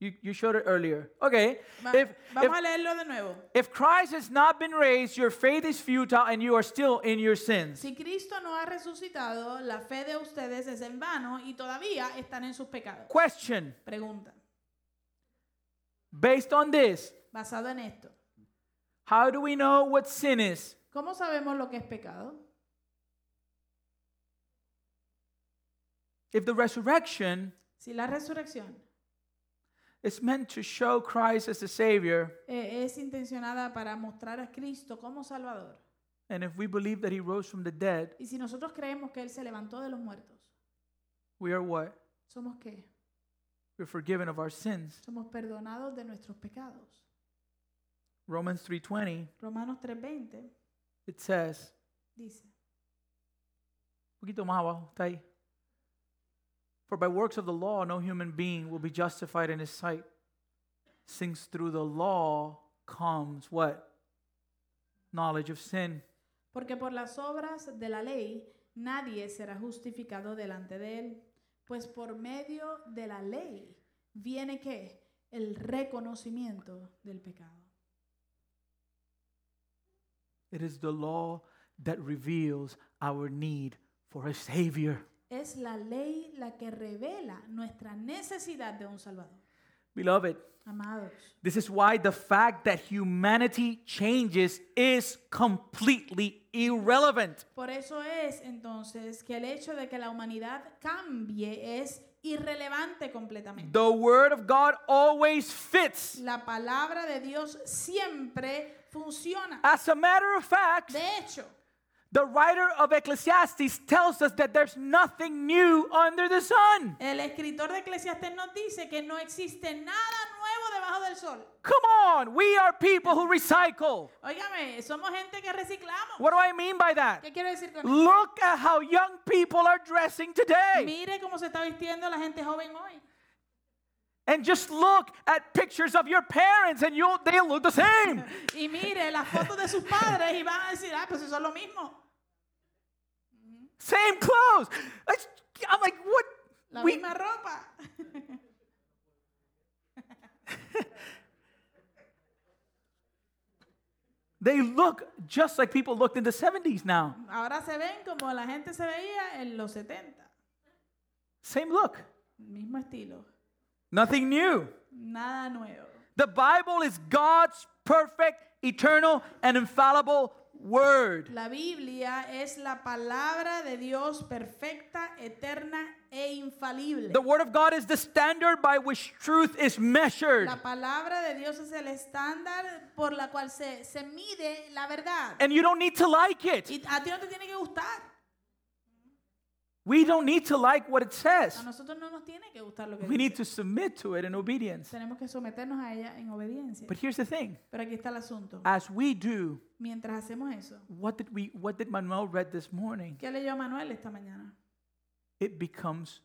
Speaker 1: You, you showed it earlier. Okay.
Speaker 2: Va-
Speaker 1: If, if,
Speaker 2: vamos a leerlo de nuevo.
Speaker 1: if Christ has not been raised, your faith is futile and you are still in your sins.
Speaker 2: Si Cristo no ha resucitado, la fe de ustedes es en vano y todavía están en sus pecados.
Speaker 1: Question
Speaker 2: Pregunta,
Speaker 1: Based on this,
Speaker 2: basado en esto,
Speaker 1: how do we know what sin is?
Speaker 2: ¿cómo sabemos lo que es pecado?
Speaker 1: If the resurrection
Speaker 2: Si la resurrección
Speaker 1: is meant to show Christ as the Savior,
Speaker 2: eh, es intencionada para mostrar a Cristo como Salvador,
Speaker 1: and if we believe that He rose from the dead,
Speaker 2: y si nosotros creemos que Él se levantó de los muertos,
Speaker 1: we are what?
Speaker 2: ¿somos qué?
Speaker 1: We're forgiven of our sins.
Speaker 2: Somos perdonados de nuestros pecados.
Speaker 1: Romans 3:20
Speaker 2: Romanos 3:20
Speaker 1: it says,
Speaker 2: dice,
Speaker 1: un poquito más abajo, está ahí. For by works of the law no human being will be justified in his sight, since through the law comes what? Knowledge of sin.
Speaker 2: porque por las obras de la ley nadie será justificado delante de Él, pues por medio de la ley viene que el reconocimiento del pecado.
Speaker 1: It is the law that reveals our need for a savior.
Speaker 2: Es la ley la que revela nuestra necesidad de un Salvador.
Speaker 1: Beloved,
Speaker 2: Amados,
Speaker 1: this is why the fact that humanity changes is completely irrelevant.
Speaker 2: Por eso es entonces que el hecho de que la humanidad cambie es irrelevante completamente.
Speaker 1: The word of God always fits.
Speaker 2: La palabra de Dios siempre funciona.
Speaker 1: As a matter of fact,
Speaker 2: De hecho,
Speaker 1: the writer of Ecclesiastes tells us that there's nothing new under the sun.
Speaker 2: el escritor de Eclesiastes nos dice que no existe nada nuevo debajo del sol.
Speaker 1: Come on, we are people who recycle.
Speaker 2: Óigame, somos gente que reciclamos.
Speaker 1: What do I mean by that?
Speaker 2: ¿Qué quiero decir con eso?
Speaker 1: Look at how young people are dressing today.
Speaker 2: Mire cómo se está vistiendo la gente joven hoy.
Speaker 1: And just look at pictures of your parents and you'll they'll look the same.
Speaker 2: Y mire las fotos de sus padres y van a decir, ah, pues eso es lo mismo.
Speaker 1: same clothes. It's- I'm like, what?
Speaker 2: La
Speaker 1: We,
Speaker 2: misma ropa.
Speaker 1: they look just like people looked in the 70s now.
Speaker 2: Ahora se ven como la gente se veía en los 70.
Speaker 1: Same look.
Speaker 2: Mismo estilo.
Speaker 1: Nothing new.
Speaker 2: Nada nuevo.
Speaker 1: The Bible is God's perfect, eternal, and infallible word.
Speaker 2: La Biblia es la palabra de Dios perfecta, eterna e infalible.
Speaker 1: The word of God is the standard by which truth is measured.
Speaker 2: La palabra de Dios es el estándar por la cual se, se mide la verdad.
Speaker 1: And you don't need to like it.
Speaker 2: Y a ti no te tiene que gustar.
Speaker 1: We don't need to like what it
Speaker 2: A
Speaker 1: says.
Speaker 2: nosotros no nos tiene que gustar lo que
Speaker 1: We need
Speaker 2: dice.
Speaker 1: to submit to it in obedience.
Speaker 2: Tenemos que someternos a ella en obediencia.
Speaker 1: But here's the thing.
Speaker 2: Pero aquí está el asunto.
Speaker 1: As we do,
Speaker 2: Mientras hacemos eso,
Speaker 1: what did we what did Manuel read this morning?
Speaker 2: ¿qué leyó Manuel esta mañana?
Speaker 1: It becomes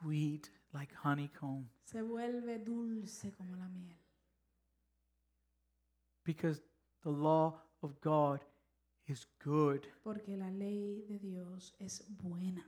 Speaker 1: sweet like honeycomb
Speaker 2: Se vuelve dulce como la miel.
Speaker 1: because the law of God is good.
Speaker 2: Porque la ley de Dios es buena.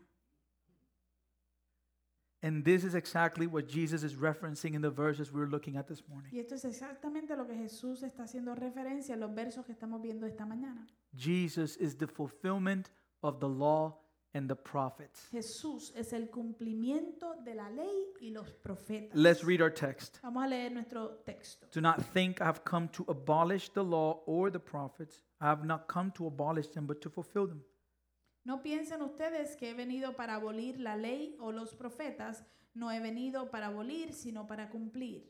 Speaker 1: And this is exactly what Jesus is referencing in the verses we're looking at this morning.
Speaker 2: Y esto es exactamente lo que Jesús está haciendo referencia en los versos que estamos viendo esta mañana.
Speaker 1: Jesus is the fulfillment of the law and the prophets.
Speaker 2: Jesús es el cumplimiento de la ley y los profetas.
Speaker 1: Let's read our text.
Speaker 2: Vamos a leer nuestro texto.
Speaker 1: Do not think I have come to abolish the law or the prophets. I have not come to abolish them, but to fulfill them.
Speaker 2: No piensen ustedes que he venido para abolir la ley o los profetas. No he venido para abolir, sino para cumplir.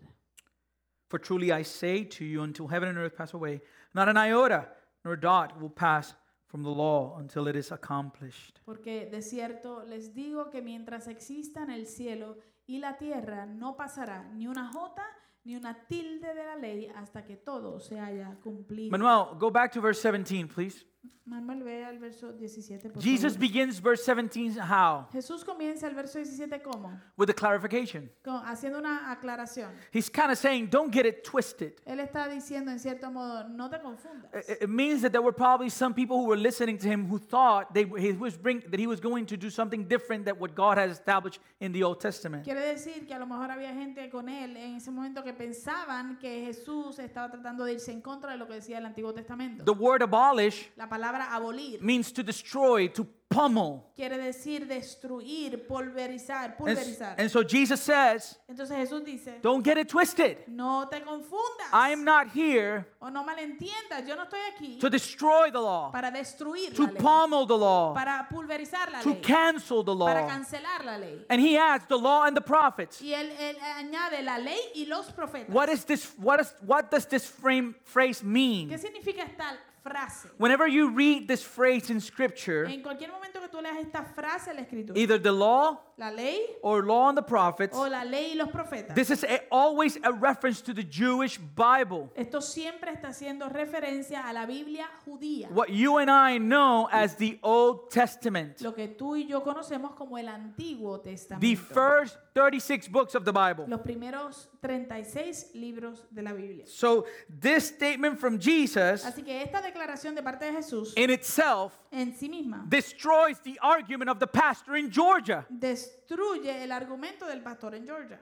Speaker 1: For truly I say to you, until heaven and earth pass away, not an iota nor a dot will pass from the law until it is accomplished.
Speaker 2: Porque de cierto les digo que mientras existan el cielo y la tierra, no pasará ni una jota ni una tilde de la ley hasta que todo se haya cumplido.
Speaker 1: Manuel, go back to verse 17, please.
Speaker 2: Manuel, ve al verso 17. Por
Speaker 1: Jesus
Speaker 2: favor.
Speaker 1: begins verse 17 how?
Speaker 2: Jesús comienza el verso 17 como
Speaker 1: With a clarification.
Speaker 2: Con- haciendo una aclaración.
Speaker 1: He's kind of saying, don't get it twisted.
Speaker 2: Él está diciendo en cierto modo, no te confundas.
Speaker 1: It- It means that there were probably some people who were listening to him who thought they, he was bring, that he was going to do something different than what God has established in the Old Testament.
Speaker 2: Quiere decir que a lo mejor había gente con él en ese momento que pensaban que Jesús estaba tratando de irse en contra de lo que decía el Antiguo Testamento.
Speaker 1: The word abolish
Speaker 2: La palabra abolir
Speaker 1: means to destroy, to pummel.
Speaker 2: quiere decir destruir, pulverizar,
Speaker 1: And, s-
Speaker 2: pulverizar.
Speaker 1: and so Jesus says,
Speaker 2: Entonces Jesús dice,
Speaker 1: don't get it twisted.
Speaker 2: no te confundas
Speaker 1: I am not here
Speaker 2: o no malentiendas, yo no estoy aquí
Speaker 1: to destroy the law,
Speaker 2: para destruir
Speaker 1: to
Speaker 2: la ley,
Speaker 1: pummel the law,
Speaker 2: para pulverizar la
Speaker 1: to
Speaker 2: ley,
Speaker 1: cancel the
Speaker 2: para
Speaker 1: law.
Speaker 2: cancelar la ley.
Speaker 1: And he adds the law and the prophets.
Speaker 2: Y él, él añade la ley y los profetas.
Speaker 1: What is this? What is? What does this frame phrase mean?
Speaker 2: ¿Qué significa esta frase?
Speaker 1: Whenever you read this phrase in Scripture,
Speaker 2: En cualquier momento que tú leas esta frase en la escritura,
Speaker 1: either the law
Speaker 2: la ley
Speaker 1: or law and the prophets,
Speaker 2: o la ley y los profetas,
Speaker 1: this is a, always a reference to the Jewish Bible,
Speaker 2: esto siempre está haciendo referencia a la Biblia judía,
Speaker 1: what you and I know as the Old Testament,
Speaker 2: lo que tú y yo conocemos como el Antiguo
Speaker 1: the
Speaker 2: Testamento,
Speaker 1: first 36 books of the Bible.
Speaker 2: los primeros 36 libros de la Biblia.
Speaker 1: So, this statement from Jesus
Speaker 2: Así que esta declaración de parte de Jesús
Speaker 1: in itself
Speaker 2: en sí misma
Speaker 1: destroys the argument of the pastor in Georgia.
Speaker 2: destruye el argumento del pastor en Georgia.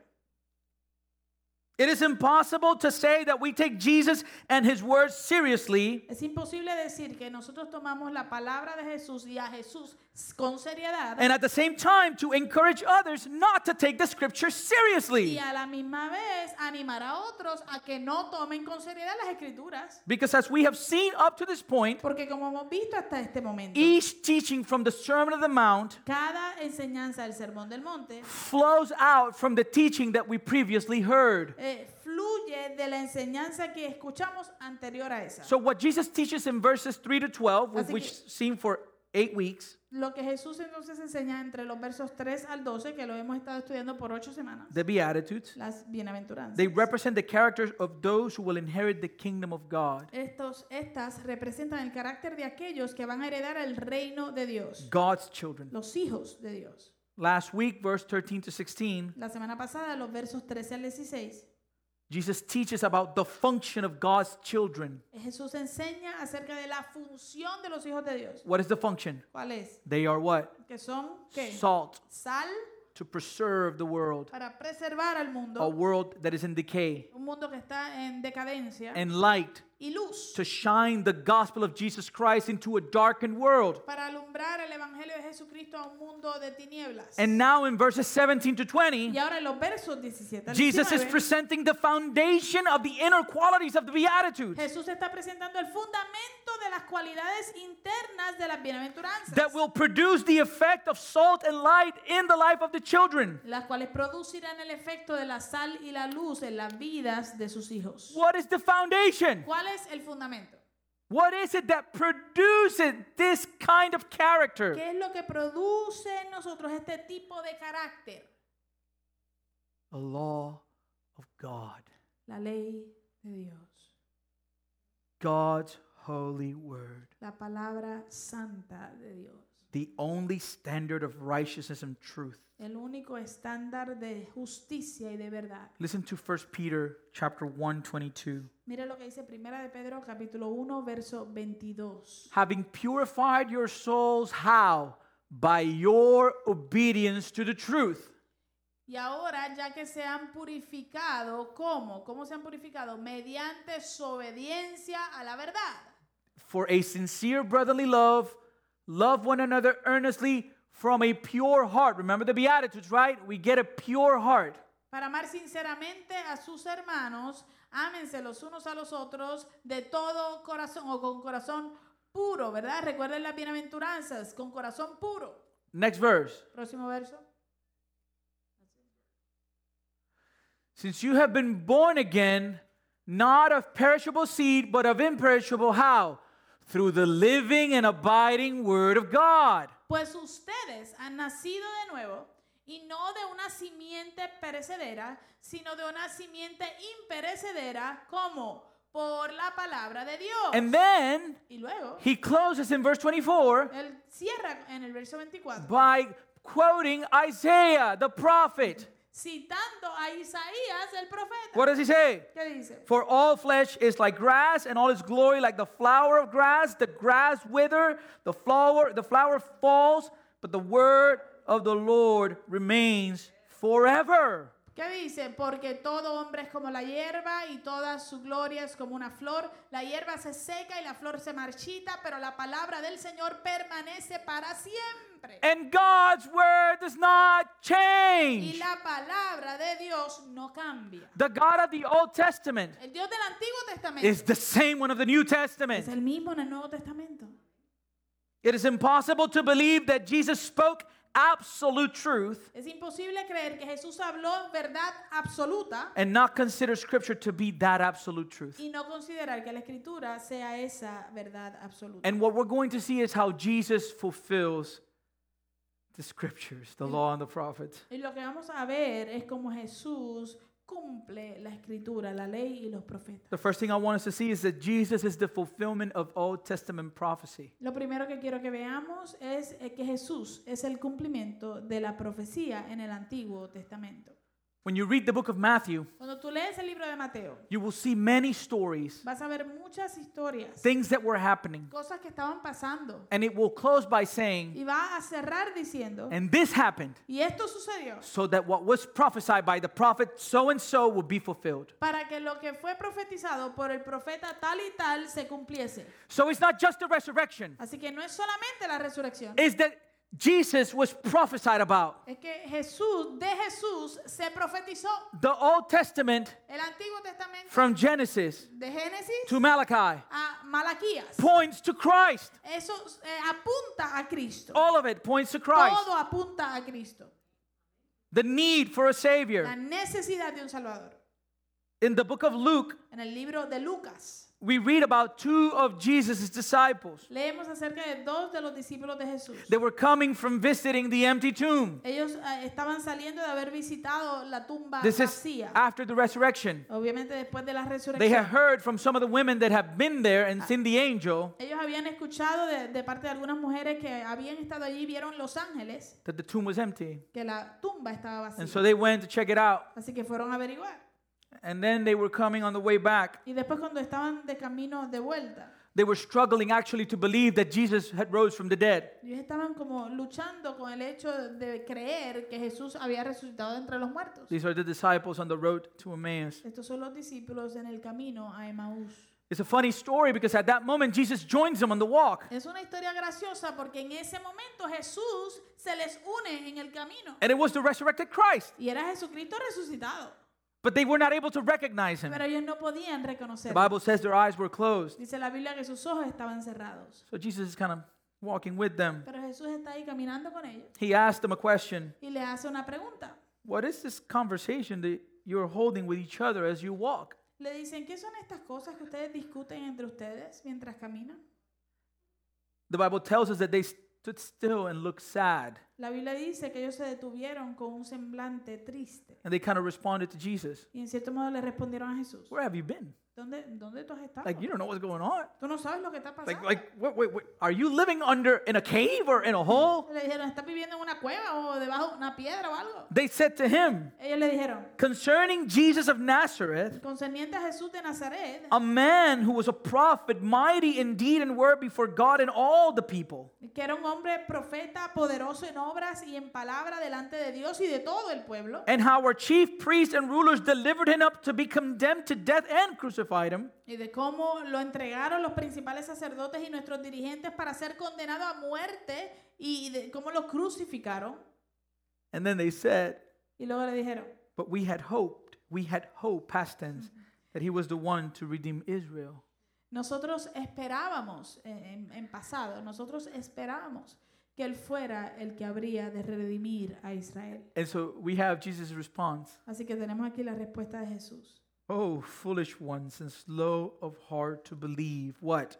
Speaker 1: It is impossible to say that we take Jesus and his words seriously
Speaker 2: Es imposible decir que nosotros tomamos la palabra de Jesús y a Jesús con seriedad
Speaker 1: and at the same time to encourage others not to take the scripture
Speaker 2: y
Speaker 1: seriously.
Speaker 2: a la misma vez animar a otros a que no tomen con seriedad las escrituras.
Speaker 1: Because as we have seen up to this point,
Speaker 2: Porque como hemos visto hasta este momento,
Speaker 1: each teaching from the Sermon of the Mount
Speaker 2: cada enseñanza del Sermón del Monte
Speaker 1: flows out from the teaching that we previously heard.
Speaker 2: eh, fluye de la enseñanza que escuchamos anterior a esa.
Speaker 1: So what Jesus teaches in verses 3 to 12,
Speaker 2: Así
Speaker 1: we've
Speaker 2: que-
Speaker 1: which seen for 8 weeks,
Speaker 2: Lo que Jesús entonces enseña entre los versos 3 al 12, que lo hemos estado estudiando por ocho semanas,
Speaker 1: the beatitudes,
Speaker 2: las bienaventuranzas.
Speaker 1: they represent the characters of those who will inherit the kingdom of God.
Speaker 2: Estos, estas representan el carácter de aquellos que van a heredar el reino de Dios,
Speaker 1: God's children.
Speaker 2: los hijos de Dios.
Speaker 1: Last week, verse 13 to 16,
Speaker 2: La semana pasada, los versos 13 al 16,
Speaker 1: Jesus teaches about the function of God's children.
Speaker 2: Jesús enseña acerca de la función de los hijos de Dios.
Speaker 1: What is the function?
Speaker 2: ¿Cuál es?
Speaker 1: They are what?
Speaker 2: Que son ¿qué?
Speaker 1: Salt
Speaker 2: sal
Speaker 1: to preserve the world,
Speaker 2: para preservar al
Speaker 1: a
Speaker 2: mundo,
Speaker 1: world that is in decay,
Speaker 2: un mundo que está en decadencia,
Speaker 1: and light
Speaker 2: y luz
Speaker 1: to shine the gospel of Jesus Christ into a darkened world.
Speaker 2: para alumbrar el Evangelio de Jesucristo a un mundo de tinieblas.
Speaker 1: And now in verses 17 to 20,
Speaker 2: y ahora en los versos 17 al
Speaker 1: Jesus is
Speaker 2: 19,
Speaker 1: presenting the foundation of the inner qualities of the Beatitudes
Speaker 2: Jesús está presentando el fundamento de las cualidades internas de las bienaventuranzas,
Speaker 1: that will produce the effect of salt and light in the life of the children.
Speaker 2: las cuales producirán el efecto de la sal y la luz en las vidas de sus hijos.
Speaker 1: What is the foundation?
Speaker 2: ¿Cuál es el fundamento?
Speaker 1: What is it that produces this kind of character?
Speaker 2: ¿Qué es lo que produce en nosotros este tipo de carácter?
Speaker 1: A law of God,
Speaker 2: La ley de Dios,
Speaker 1: God's holy word,
Speaker 2: la palabra santa de Dios,
Speaker 1: the only standard of righteousness and truth.
Speaker 2: el único estándar de justicia y de verdad.
Speaker 1: Listen to 1 Peter chapter 1, 22.
Speaker 2: Mira lo que dice Primera de Pedro capítulo 1 verso 22.
Speaker 1: Having purified your souls, how? By your obedience to the truth.
Speaker 2: Y ahora, ya que se han purificado, ¿cómo? ¿Cómo se han purificado? Mediante su obediencia a la verdad.
Speaker 1: For a sincere brotherly love, love one another earnestly from a pure heart. Remember the Beatitudes, right? We get a pure heart.
Speaker 2: Para amar sinceramente a sus hermanos, ámense los unos a los otros de todo corazón o con corazón puro, ¿verdad? Recuerden las bienaventuranzas, con corazón puro.
Speaker 1: Next verse.
Speaker 2: Próximo verso.
Speaker 1: Since you have been born again, not of perishable seed, but of imperishable, how? Through the living and abiding Word of God.
Speaker 2: Pues ustedes han nacido de nuevo y no de una simiente perecedera, sino de una simiente imperecedera, como por la palabra de Dios.
Speaker 1: And then
Speaker 2: y luego,
Speaker 1: he closes in verse 24
Speaker 2: él cierra en el verso 24,
Speaker 1: by quoting Isaiah the prophet.
Speaker 2: citando a Isaías el profeta.
Speaker 1: What does he say?
Speaker 2: ¿Qué dice?
Speaker 1: For all flesh is like grass, and all its glory like the flower of grass. The grass wither, the flower, the flower falls, but the word of the Lord remains forever.
Speaker 2: ¿Qué dice? Porque todo hombre es como la hierba y toda su gloria es como una flor. La hierba se seca y la flor se marchita, pero la palabra del Señor permanece para siempre.
Speaker 1: And God's word does not
Speaker 2: Y
Speaker 1: change.
Speaker 2: la palabra de Dios no cambia.
Speaker 1: The God of the Old Testament
Speaker 2: El Dios del Antiguo Testamento
Speaker 1: is the same one of the New
Speaker 2: es
Speaker 1: Testament.
Speaker 2: el mismo en el Nuevo Testamento.
Speaker 1: It is impossible to believe that Jesus spoke absolute truth
Speaker 2: Es imposible creer que Jesús habló verdad absoluta
Speaker 1: and not consider scripture to be that absolute truth.
Speaker 2: y no considerar que la Escritura sea esa verdad absoluta.
Speaker 1: And what we're going to see is how Jesus fulfills the scriptures, the law and the prophets.
Speaker 2: Y lo que vamos a ver es cómo Jesús cumple la Escritura, la ley y los profetas.
Speaker 1: The first thing I want us to see is that Jesus is the fulfillment of Old Testament prophecy.
Speaker 2: Lo primero que quiero que veamos es eh, que Jesús es el cumplimiento de la profecía en el Antiguo Testamento.
Speaker 1: When you read the book of Matthew,
Speaker 2: Cuando tú lees el libro de Mateo,
Speaker 1: you will see many stories,
Speaker 2: Vas a ver muchas historias,
Speaker 1: things that were happening.
Speaker 2: cosas que estaban pasando.
Speaker 1: And it will close by saying,
Speaker 2: Y va a cerrar diciendo,
Speaker 1: and this happened
Speaker 2: y esto sucedió
Speaker 1: so that what was prophesied by the prophet so and so will be fulfilled.
Speaker 2: para que lo que fue profetizado por el profeta tal y tal se cumpliese.
Speaker 1: So it's not just the resurrection,
Speaker 2: Así que no es solamente la resurrección,
Speaker 1: it's that Jesus was prophesied about.
Speaker 2: es que Jesús, de Jesús, se profetizó.
Speaker 1: The Old Testament
Speaker 2: El Antiguo Testamento,
Speaker 1: from Genesis
Speaker 2: de Génesis
Speaker 1: to Malachi
Speaker 2: a Malaquías,
Speaker 1: points to Christ.
Speaker 2: eso eh, apunta a Cristo.
Speaker 1: All of it points to Oh, Christ.
Speaker 2: Todo apunta a Cristo.
Speaker 1: The need for a
Speaker 2: La
Speaker 1: Savior.
Speaker 2: necesidad de un Salvador.
Speaker 1: In the book of Luke,
Speaker 2: En el libro de Lucas,
Speaker 1: we read about two of Jesus' disciples.
Speaker 2: Leemos acerca de dos de los discípulos de Jesús.
Speaker 1: They were coming from visiting the empty tomb.
Speaker 2: Ellos eh, estaban saliendo de haber visitado la tumba
Speaker 1: This is
Speaker 2: vacía.
Speaker 1: after the resurrection.
Speaker 2: Obviamente después de la
Speaker 1: They had
Speaker 2: resurrección.
Speaker 1: heard from some of the women that have been there and seen the angel
Speaker 2: Ellos habían escuchado de, de parte de algunas mujeres que habían estado allí y vieron los ángeles
Speaker 1: that the tomb was empty.
Speaker 2: que la tumba estaba
Speaker 1: And
Speaker 2: vacía.
Speaker 1: so they went to check it out.
Speaker 2: Así que fueron a averiguar.
Speaker 1: And then they were coming on the way back.
Speaker 2: Y después cuando estaban de camino de vuelta,
Speaker 1: They were struggling actually to believe that Jesus had rose from the dead.
Speaker 2: ellos estaban como luchando con el hecho de creer que Jesús había resucitado de entre los muertos.
Speaker 1: These are the disciples on the road to Emmaus.
Speaker 2: Estos son los discípulos en el camino a Emaús.
Speaker 1: It's a funny story because at that moment Jesus joins them on the walk.
Speaker 2: Es una historia graciosa porque en ese momento Jesús se les une en el camino.
Speaker 1: And it was the resurrected Christ.
Speaker 2: Y era Jesucristo resucitado.
Speaker 1: But they were not able to recognize him.
Speaker 2: Pero ellos no podían
Speaker 1: The
Speaker 2: reconocerlo.
Speaker 1: Bible says their eyes were closed.
Speaker 2: Dice la Biblia que sus ojos estaban cerrados.
Speaker 1: So Jesus is kind of walking with them.
Speaker 2: Pero Jesús está ahí caminando con ellos
Speaker 1: He asked them a question
Speaker 2: y le hace una pregunta.
Speaker 1: What is this conversation that you're holding with each other as you walk?
Speaker 2: Le dicen, ¿qué son estas cosas que ustedes discuten entre ustedes mientras caminan?
Speaker 1: The Bible tells us that they stood still and looked sad.
Speaker 2: La Biblia dice que ellos se detuvieron con un semblante triste.
Speaker 1: And they kind of responded to Jesus
Speaker 2: Y en cierto modo le respondieron a Jesús,
Speaker 1: Where have you been?
Speaker 2: ¿dónde, dónde tú has estado?
Speaker 1: Like, you don't know what's going on.
Speaker 2: Tú no sabes lo que está
Speaker 1: Like,
Speaker 2: pasando.
Speaker 1: like, wait, wait, wait. Are you living under in a cave or in a hole?
Speaker 2: Le dijeron, ¿estás viviendo en una cueva o debajo de una piedra o algo?
Speaker 1: They said to him,
Speaker 2: Ellos le dijeron,
Speaker 1: Concerning Jesus of Nazareth,
Speaker 2: concerniente a Jesús de Nazaret,
Speaker 1: a man who was a prophet, mighty in deed and word before God and all the people.
Speaker 2: que era un hombre profeta, poderoso en obras y en palabra delante de Dios y de todo el pueblo.
Speaker 1: And how our chief priests and rulers delivered him up to be condemned to death and crucified him.
Speaker 2: y de cómo lo entregaron los principales sacerdotes y nuestros dirigentes para ser condenado a muerte y de cómo lo crucificaron.
Speaker 1: And then they said,
Speaker 2: Y luego le dijeron,
Speaker 1: But we had hoped, we had hope, past tense, that he was the one to redeem Israel.
Speaker 2: nosotros esperábamos eh, en, en pasado, nosotros esperábamos que él fuera el que habría de redimir a Israel.
Speaker 1: And so we have Jesus' response
Speaker 2: Así que tenemos aquí la respuesta de Jesús.
Speaker 1: Oh, foolish ones, and slow of heart to believe what?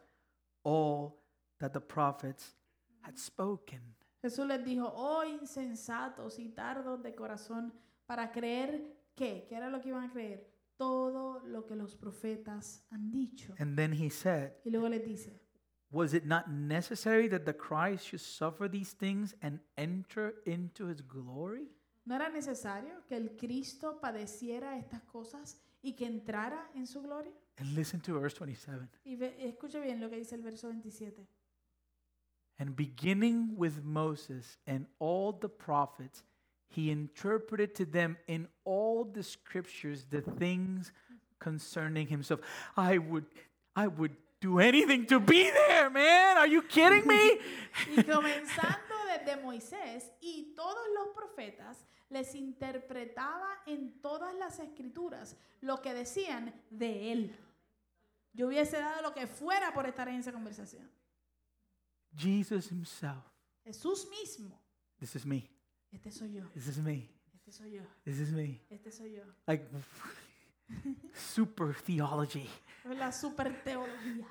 Speaker 1: All that the prophets had spoken.
Speaker 2: Jesús les dijo, oh insensatos y tardos de corazón para creer que, ¿qué era lo que iban a creer? Todo lo que los profetas han dicho.
Speaker 1: And then he said,
Speaker 2: Y luego les dice,
Speaker 1: Was it not necessary that the Christ should suffer these things and enter into his glory?
Speaker 2: ¿No era necesario que el Cristo padeciera estas cosas y que entrara en su gloria?
Speaker 1: And listen to verse 27.
Speaker 2: Y ve- escuche bien lo que dice el verso 27.
Speaker 1: And beginning with Moses and all the prophets, he interpreted to them in all the scriptures the things concerning himself. I would, I would do anything to be there, man. Are you kidding me?
Speaker 2: Y comenzando desde Moisés y todos los profetas, les interpretaba en todas las escrituras lo que decían de él. Yo hubiese dado lo que fuera por estar en esa conversación.
Speaker 1: Jesus himself.
Speaker 2: Jesús mismo.
Speaker 1: This is me.
Speaker 2: Este soy yo,
Speaker 1: This is me.
Speaker 2: este soy yo,
Speaker 1: This is me.
Speaker 2: este soy yo.
Speaker 1: Like super theology.
Speaker 2: Es la super teología.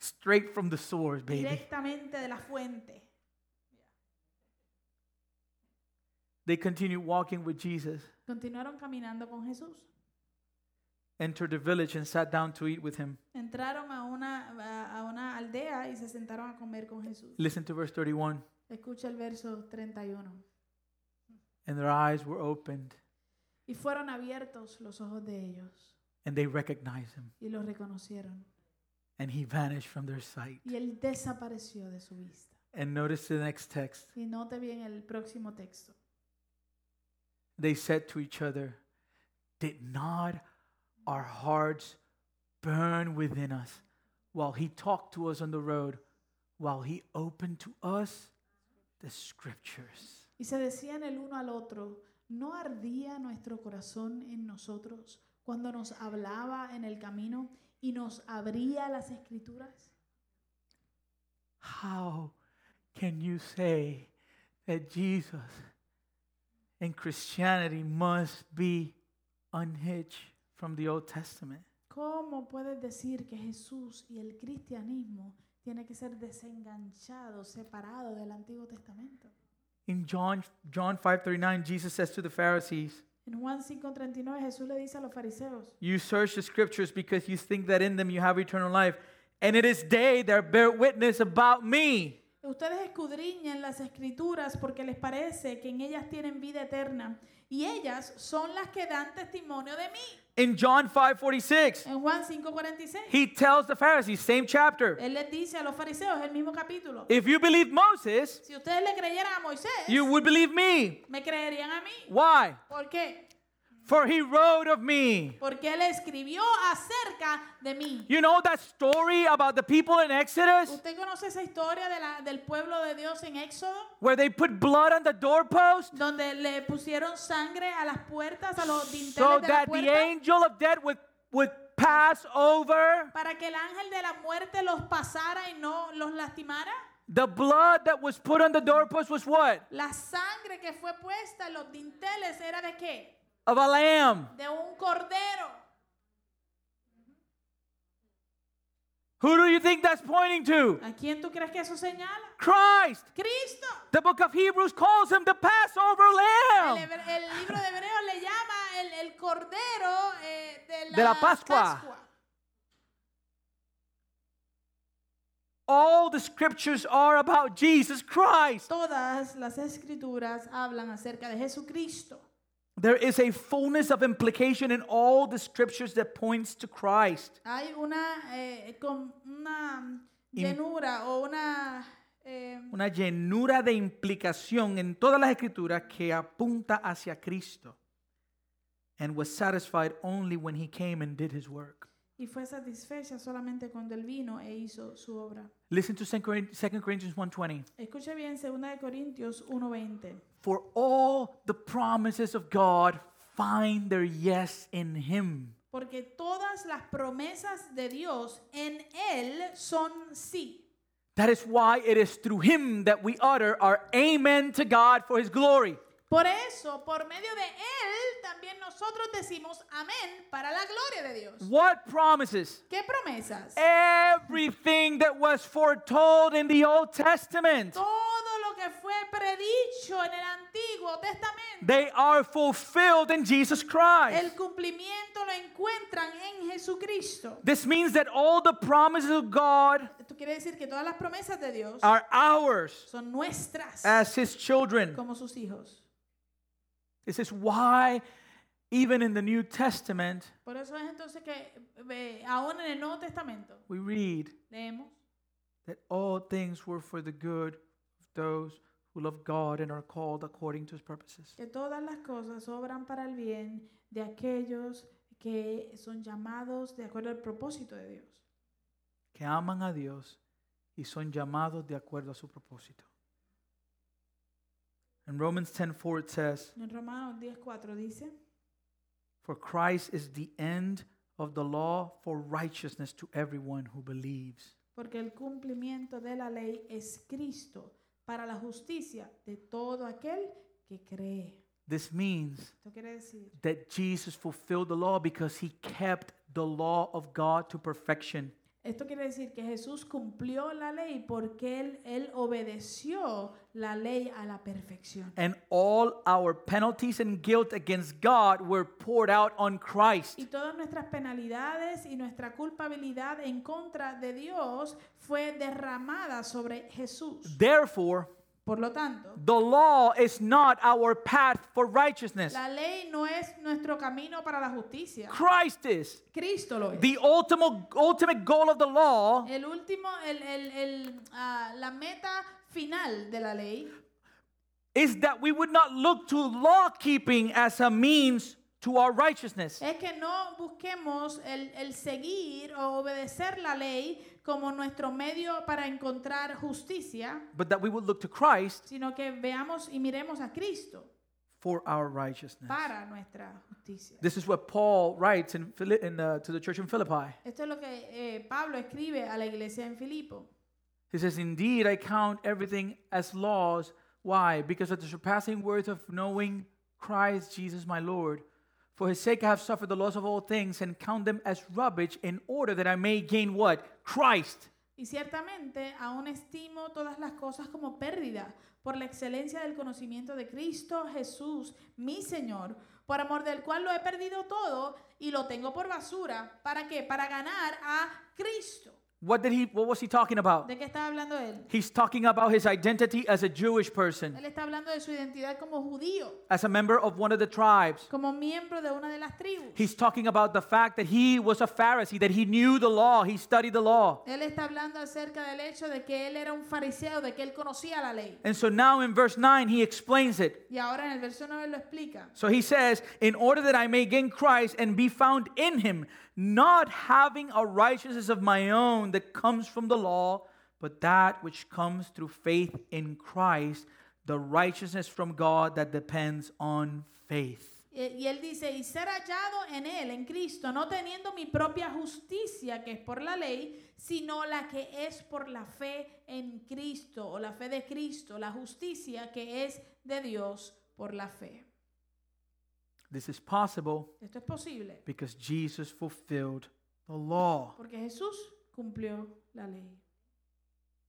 Speaker 1: Straight from the source, baby.
Speaker 2: Directamente de la fuente.
Speaker 1: They continued walking with Jesus,
Speaker 2: Continuaron caminando con Jesús.
Speaker 1: entered the village, and sat down to eat with him.
Speaker 2: Entraron a una, a- a una aldea y se sentaron a comer con Jesús.
Speaker 1: Listen to verse 31.
Speaker 2: Escucha el verso 31.
Speaker 1: and their eyes were opened
Speaker 2: Y fueron abiertos los ojos de ellos
Speaker 1: and they recognized him
Speaker 2: y los reconocieron.
Speaker 1: and he vanished from their sight
Speaker 2: Y él desapareció de su vista.
Speaker 1: and notice the next text
Speaker 2: Y note bien el próximo texto.
Speaker 1: they said to each other did not our hearts burn within us while he talked to us on the road while he opened to us the scriptures
Speaker 2: Y se decían el uno al otro, ¿no ardía nuestro corazón en nosotros cuando nos hablaba en el camino y nos abría las escrituras?
Speaker 1: how can you say that jesus and christianity must be unhitched from the old testament
Speaker 2: ¿Cómo puedes decir que Jesús y el cristianismo tiene que ser desenganchado, separado del Antiguo Testamento?
Speaker 1: In John John 5:39 Jesus says to the Pharisees,
Speaker 2: En Juan 5:39 Jesús le dice a los fariseos,
Speaker 1: "You search the scriptures because you think that in them you have eternal life, and it is they that bear witness about me."
Speaker 2: ustedes escudriñen las escrituras porque les parece que en ellas tienen vida eterna y ellas son las que dan testimonio de mí.
Speaker 1: In John 5:46,
Speaker 2: En Juan 5:46
Speaker 1: he tells the Pharisees, same chapter,
Speaker 2: él les dice a los fariseos, el mismo capítulo,
Speaker 1: "If you believe Moses,
Speaker 2: si ustedes le creyeran a Moisés,
Speaker 1: you would believe me."
Speaker 2: me creerían a mí.
Speaker 1: Why?
Speaker 2: ¿Por qué?
Speaker 1: for he wrote of me.
Speaker 2: porque él escribió acerca de mí.
Speaker 1: You know that story about the people in Exodus
Speaker 2: ¿Usted conoce esa historia de la- del pueblo de Dios en Éxodo?
Speaker 1: where they put blood on the doorpost
Speaker 2: Donde le pusieron sangre a las puertas, a los dinteles
Speaker 1: so
Speaker 2: de la
Speaker 1: that the
Speaker 2: puerta,
Speaker 1: angel of death would, would pass over?
Speaker 2: para que el ángel de la muerte los pasara y no los lastimara.
Speaker 1: The blood that was put on the doorpost was what?
Speaker 2: La sangre que fue puesta en los dinteles era de qué?
Speaker 1: Of a lamb.
Speaker 2: De un cordero.
Speaker 1: Who do you think that's pointing to?
Speaker 2: ¿A quién tú crees que eso señala?
Speaker 1: Christ.
Speaker 2: Cristo.
Speaker 1: The book of Hebrews calls him the Passover
Speaker 2: El,
Speaker 1: lamb.
Speaker 2: hebre- el libro de Hebreos le llama el, el cordero eh, de, la
Speaker 1: De la Pascua.
Speaker 2: Pascua.
Speaker 1: All the scriptures are about Jesus Christ.
Speaker 2: Todas las escrituras hablan acerca de Jesucristo.
Speaker 1: There is a fullness of implication in all the scriptures that points to Christ.
Speaker 2: Hay una, eh, con una llenura o una... eh,
Speaker 1: Una llenura de implicación en todas las escrituras que apunta hacia Cristo and was satisfied only when he came and did his work.
Speaker 2: y fue satisfecha solamente cuando él vino e hizo su obra.
Speaker 1: Listen to 2 Corin- 2 Corinthians 1:20.
Speaker 2: Escuche bien 2 de Corintios 1.20.
Speaker 1: For all the promises of God find their yes in him.
Speaker 2: Porque todas las promesas de Dios en él son sí.
Speaker 1: That is why it is through him that we utter our amen to God for his glory.
Speaker 2: Por eso, por medio de Él, también nosotros decimos amén para la gloria de Dios.
Speaker 1: What promises?
Speaker 2: ¿Qué promesas?
Speaker 1: Eh Everything that was foretold in the Old Testament.
Speaker 2: Todo lo que fue predicho en el Antiguo Testamento,
Speaker 1: They are fulfilled in Jesus
Speaker 2: el
Speaker 1: Christ.
Speaker 2: cumplimiento lo encuentran en Jesucristo.
Speaker 1: This means that all the promises of God
Speaker 2: Esto quiere decir que todas las promesas de Dios
Speaker 1: are ours
Speaker 2: son nuestras
Speaker 1: as his children.
Speaker 2: como sus hijos.
Speaker 1: This is why, even in the New Testament,
Speaker 2: Por eso es entonces que eh, aún en el Nuevo Testamento
Speaker 1: we read
Speaker 2: leemos
Speaker 1: that all things were for the good of those who love God and are called according to his purposes.
Speaker 2: que todas las cosas obran para el bien de aquellos que son llamados de acuerdo al propósito de Dios,
Speaker 1: que aman a Dios y son llamados de acuerdo a su propósito. In Romans 10:4 it says,
Speaker 2: En Romanos 10:4 dice,
Speaker 1: "For Christ is the end of the law for righteousness to everyone who believes."
Speaker 2: porque el cumplimiento de la ley es Cristo para la justicia de todo aquel que cree.
Speaker 1: This means
Speaker 2: Esto quiere decir
Speaker 1: that Jesus fulfilled the law because he kept the law of God to perfection.
Speaker 2: esto quiere decir que Jesús cumplió la ley porque él, él obedeció la ley a la perfección.
Speaker 1: And all our penalties and guilt against God were poured out on Christ.
Speaker 2: Y todas nuestras penalidades y nuestra culpabilidad en contra de Dios fue derramada sobre Jesús.
Speaker 1: Therefore,
Speaker 2: Por lo tanto,
Speaker 1: the law is not our path for righteousness.
Speaker 2: la ley no es nuestro camino para la justicia.
Speaker 1: Christ is.
Speaker 2: Cristo lo es.
Speaker 1: The ultimate, ultimate goal of the law
Speaker 2: El último, el, el- el, ah, la meta final de la ley
Speaker 1: is that we would not look to law keeping as a means to our righteousness.
Speaker 2: es que no busquemos el, el seguir o obedecer la ley como nuestro medio para encontrar justicia,
Speaker 1: But that we would look to Christ
Speaker 2: sino que veamos y miremos a Cristo
Speaker 1: for our righteousness.
Speaker 2: para nuestra justicia.
Speaker 1: This is what Paul writes in, Phili- in, uh, to the church in Philippi.
Speaker 2: Esto es lo que eh, Pablo escribe a la iglesia en Filipo.
Speaker 1: He says, Indeed, I count everything as laws. Why? Because of the surpassing worth of knowing Christ Jesus my Lord. For his sake I have suffered the loss of all things and count them as rubbish in order that I may gain what? Christ.
Speaker 2: Y ciertamente aún estimo todas las cosas como pérdida por la excelencia del conocimiento de Cristo Jesús, mi Señor, por amor del cual lo he perdido todo y lo tengo por basura. ¿Para qué? Para ganar a Cristo.
Speaker 1: What did he what was he talking about?
Speaker 2: ¿De qué estaba hablando él?
Speaker 1: He's talking about his identity as a Jewish person,
Speaker 2: Él está hablando de su identidad como judío,
Speaker 1: as a member of one of the tribes.
Speaker 2: como miembro de una de las tribus.
Speaker 1: He's talking about the fact that he was a Pharisee, that he knew the law, he studied the law.
Speaker 2: Él está hablando acerca del hecho de que él era un fariseo, de que él conocía la ley.
Speaker 1: And so now in verse 9 he explains it.
Speaker 2: Y ahora en el verso 9 lo explica.
Speaker 1: So he says, In order that I may gain Christ and be found in him, not having a righteousness of my own that comes from the law, but that which comes through faith in Christ, the righteousness from God that depends on faith.
Speaker 2: Y y él dice, y ser hallado en él, en Cristo, no teniendo mi propia justicia que es por la ley, sino la que es por la fe en Cristo, o la fe de Cristo, la justicia que es de Dios por la fe.
Speaker 1: This is possible
Speaker 2: Esto es posible
Speaker 1: because Jesus fulfilled the law,
Speaker 2: porque Jesús cumplió la ley.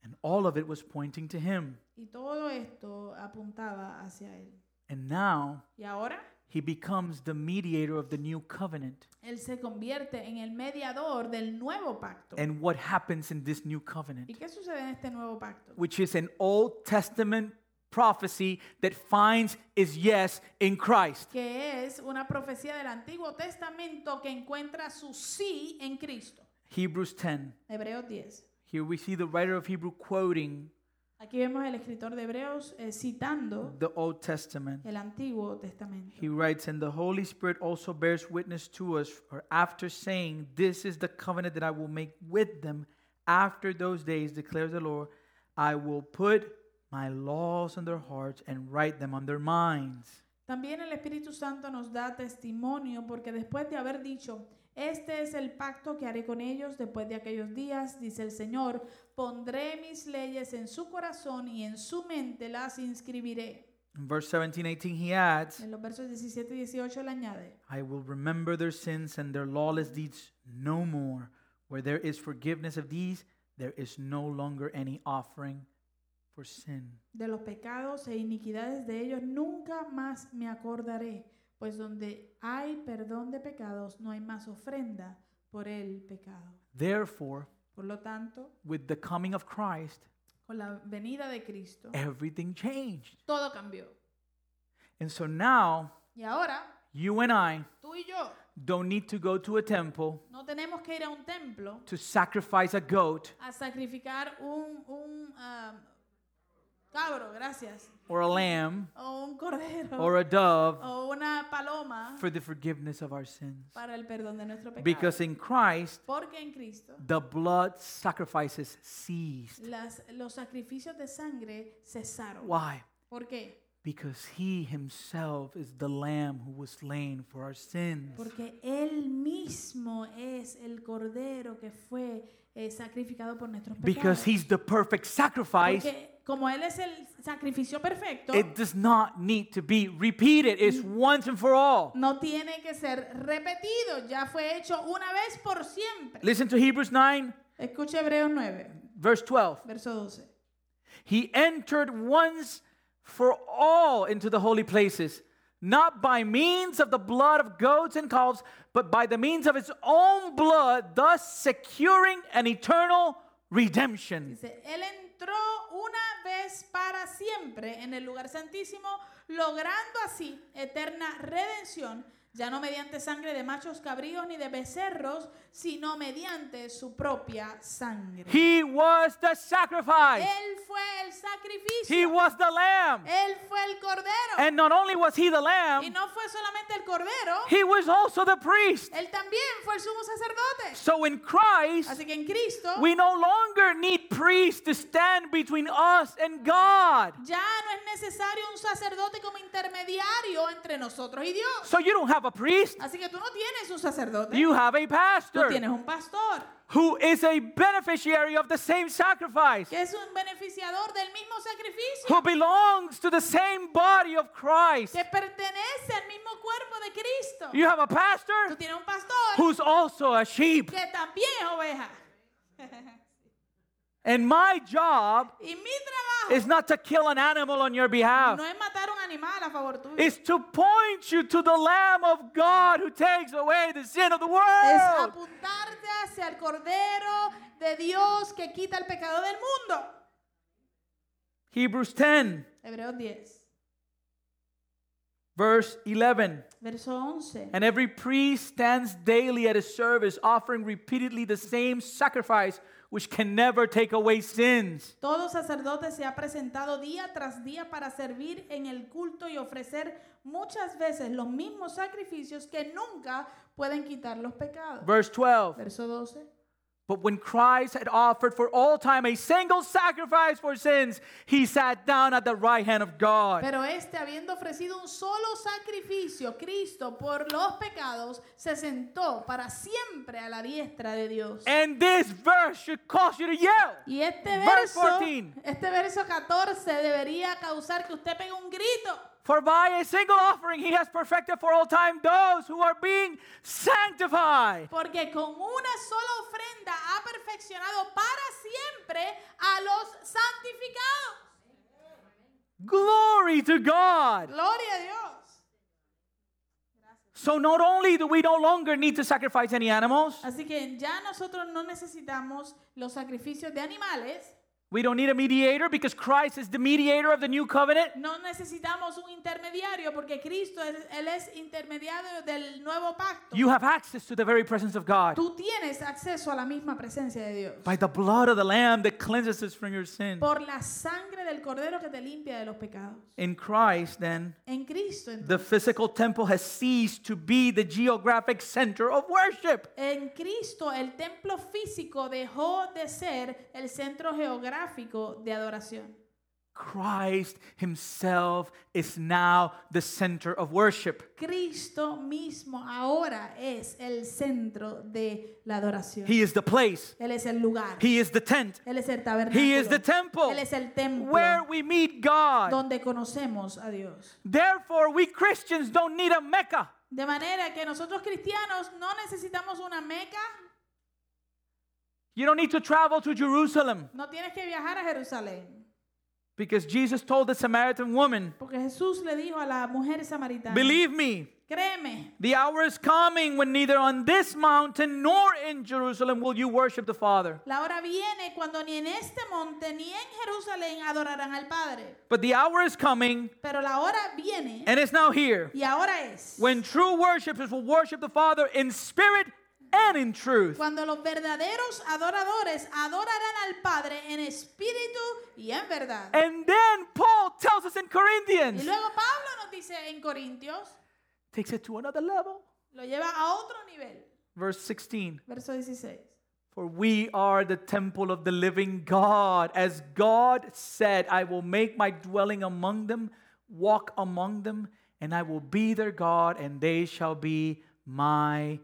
Speaker 1: and all of it was pointing to him.
Speaker 2: Y todo esto apuntaba hacia él.
Speaker 1: And now
Speaker 2: Y ahora
Speaker 1: he becomes the mediator of the new covenant.
Speaker 2: él se convierte en el mediador del nuevo pacto.
Speaker 1: And what happens in this new covenant?
Speaker 2: ¿Y qué sucede en este nuevo pacto?
Speaker 1: which is an Old Testament prophecy that finds its yes in Christ.
Speaker 2: que es una profecía del Antiguo Testamento que encuentra su sí en Cristo.
Speaker 1: Hebrews 10.
Speaker 2: Hebreos 10.
Speaker 1: Here we see the writer of Hebrew quoting
Speaker 2: Aquí vemos el escritor de Hebreos eh, citando
Speaker 1: the Old Testament.
Speaker 2: el Antiguo Testamento.
Speaker 1: He writes, And the Holy Spirit also bears witness to us, for after saying, This is the covenant that I will make with them after those days, declares the Lord, I will put my laws on their hearts and write them on their minds.
Speaker 2: También el Espíritu Santo nos da testimonio porque después de haber dicho, este es el pacto que haré con ellos después de aquellos días, dice el Señor, pondré mis leyes en su corazón y en su mente las inscribiré.
Speaker 1: In verse 17, 18, he adds,
Speaker 2: En los versos 17 y 18 le añade,
Speaker 1: I will remember their sins and their lawless deeds no more. Where there is forgiveness of these, there is no longer any offering for sin.
Speaker 2: De los pecados e iniquidades de ellos nunca más me acordaré, pues donde hay perdón de pecados no hay más ofrenda por el pecado.
Speaker 1: Therefore,
Speaker 2: Por lo tanto,
Speaker 1: with the coming of Christ,
Speaker 2: con la venida de Cristo,
Speaker 1: everything changed.
Speaker 2: todo cambió.
Speaker 1: And so now,
Speaker 2: Y ahora,
Speaker 1: you and I
Speaker 2: tú y yo
Speaker 1: don't need to go to a temple
Speaker 2: no tenemos que ir a un templo
Speaker 1: to sacrifice a goat
Speaker 2: a sacrificar un, un ah, cabro, gracias,
Speaker 1: or a lamb
Speaker 2: o un cordero,
Speaker 1: or a dove
Speaker 2: o una paloma
Speaker 1: for the forgiveness of our sins.
Speaker 2: para el perdón de nuestro pecado.
Speaker 1: Because in Christ,
Speaker 2: Porque en Cristo
Speaker 1: the blood sacrifices ceased.
Speaker 2: las, los sacrificios de sangre cesaron.
Speaker 1: Why?
Speaker 2: ¿Por qué?
Speaker 1: Because he himself is the lamb who was slain for our sins.
Speaker 2: Porque Él mismo es el cordero que fue eh, sacrificado por nuestros pecados.
Speaker 1: Because he's the perfect sacrifice,
Speaker 2: Porque como Él es el sacrificio perfecto,
Speaker 1: it does not need to be repeated. It's
Speaker 2: Mm.
Speaker 1: once and for all.
Speaker 2: no tiene que ser repetido, ya fue hecho una vez por siempre.
Speaker 1: Listen to Hebrews 9,
Speaker 2: Escuche Hebreos 9,
Speaker 1: verse 12.
Speaker 2: verso 12.
Speaker 1: He entered once for all into the holy places, not by means of the blood of goats and calves, but by the means of his own blood, thus securing an eternal redemption.
Speaker 2: Dice, Él entró una vez para siempre en el lugar santísimo, logrando así eterna redención, ya no mediante sangre de machos cabríos ni de becerros, sino mediante su propia sangre.
Speaker 1: He was the sacrifice.
Speaker 2: Él fue el sacrificio,
Speaker 1: He was the lamb.
Speaker 2: Él fue el cordero.
Speaker 1: And not only was he the
Speaker 2: Y
Speaker 1: lamb,
Speaker 2: no fue solamente el cordero,
Speaker 1: he was also the priest.
Speaker 2: Él también fue el sumo sacerdote.
Speaker 1: So in Christ,
Speaker 2: Así que en Cristo
Speaker 1: we no longer need priests to stand between us and God.
Speaker 2: ya no es necesario un sacerdote como intermediario entre nosotros y Dios.
Speaker 1: So you don't have a priest,
Speaker 2: Así que tú no tienes un sacerdote.
Speaker 1: you have a
Speaker 2: Tú
Speaker 1: pastor
Speaker 2: tienes un pastor
Speaker 1: who is a beneficiary of the same sacrifice,
Speaker 2: que es un beneficiador del mismo sacrificio,
Speaker 1: who belongs to the same body of Christ.
Speaker 2: que pertenece al mismo cuerpo de Cristo.
Speaker 1: You have a
Speaker 2: Tú
Speaker 1: pastor
Speaker 2: tienes un pastor
Speaker 1: who's also a sheep.
Speaker 2: que también es oveja. <laughs>
Speaker 1: And my job
Speaker 2: Y mi trabajo
Speaker 1: is not to kill an animal on your behalf.
Speaker 2: no es matar un animal a favor tuyo.
Speaker 1: is to point you to the Lamb of God who takes away the sin of the
Speaker 2: es
Speaker 1: world.
Speaker 2: apuntarte hacia el Cordero de Dios que quita el pecado del mundo.
Speaker 1: Hebrews 10,
Speaker 2: Hebreos 10,
Speaker 1: verse 11.
Speaker 2: verso 11.
Speaker 1: And every priest stands daily at his service, offering repeatedly the same sacrifice, which can never take away sins.
Speaker 2: Todo sacerdote se ha presentado día tras día para servir en el culto y ofrecer muchas veces los mismos sacrificios que nunca pueden quitar los pecados.
Speaker 1: Verse 12.
Speaker 2: Verso 12.
Speaker 1: But when Christ had offered for all time a single sacrifice for sins, he sat down at the right hand of God.
Speaker 2: Pero este, habiendo ofrecido un solo sacrificio, Cristo, por los pecados, se sentó para siempre a la diestra de Dios.
Speaker 1: And this verse should cause you to yell.
Speaker 2: Y este
Speaker 1: Verse
Speaker 2: verso,
Speaker 1: 14.
Speaker 2: este verso 14 debería causar que usted pegue un grito.
Speaker 1: For by a single offering he has perfected for all time those who are being sanctified.
Speaker 2: Porque con una sola ofrenda ha perfeccionado para siempre a los santificados.
Speaker 1: Glory to God.
Speaker 2: Gloria a Dios.
Speaker 1: So not only do we no longer need to sacrifice any animals,
Speaker 2: Así que ya nosotros no necesitamos los sacrificios de animales,
Speaker 1: we don't need a mediator because Christ is the mediator of the new covenant.
Speaker 2: no necesitamos un intermediario porque Cristo, es- Él es intermediario del nuevo pacto.
Speaker 1: You have access to the very presence of God
Speaker 2: Tú tienes acceso a la misma presencia de Dios
Speaker 1: by the blood of the Lamb that cleanses us from your sin.
Speaker 2: por la sangre del Cordero que te limpia de los pecados.
Speaker 1: In Christ, then,
Speaker 2: En Cristo, entonces.
Speaker 1: the physical temple has ceased to be the geographic center of worship.
Speaker 2: En Cristo el templo físico dejó de ser el centro geográfico de adoración.
Speaker 1: Christ himself is now the center of worship.
Speaker 2: Cristo mismo ahora es el centro de la adoración.
Speaker 1: He is the place.
Speaker 2: Él es el lugar.
Speaker 1: He is the tent.
Speaker 2: Él es el tabernáculo.
Speaker 1: He is the temple
Speaker 2: Él es el templo
Speaker 1: where we meet God.
Speaker 2: donde conocemos a Dios.
Speaker 1: Therefore, we Christians don't need a Mecca.
Speaker 2: De manera que nosotros cristianos no necesitamos una meca,
Speaker 1: You don't need to travel to Jerusalem
Speaker 2: no tienes que viajar a Jerusalén.
Speaker 1: because Jesus told the Samaritan woman,
Speaker 2: Porque Jesús le dijo a la mujer samaritana,
Speaker 1: Believe me,
Speaker 2: créeme,
Speaker 1: the hour is coming when neither on this mountain nor in Jerusalem will you worship the Father.
Speaker 2: La hora viene cuando ni en este monte ni en Jerusalén adorarán al Padre.
Speaker 1: But the hour is coming,
Speaker 2: Pero la hora viene
Speaker 1: and it's now here,
Speaker 2: y ahora es.
Speaker 1: when true worshipers will worship the Father in spirit and in truth.
Speaker 2: Cuando los verdaderos adoradores adorarán al Padre en espíritu y en verdad.
Speaker 1: And then Paul tells us in
Speaker 2: Y
Speaker 1: Corinthians,
Speaker 2: luego Pablo nos dice en Corintios,
Speaker 1: takes it to another level.
Speaker 2: lo lleva a otro nivel.
Speaker 1: Verse 16
Speaker 2: Verso 16.
Speaker 1: For we are the temple of the living God. As God said, I will make my dwelling among them, walk among them, and I will be their God, and they shall be my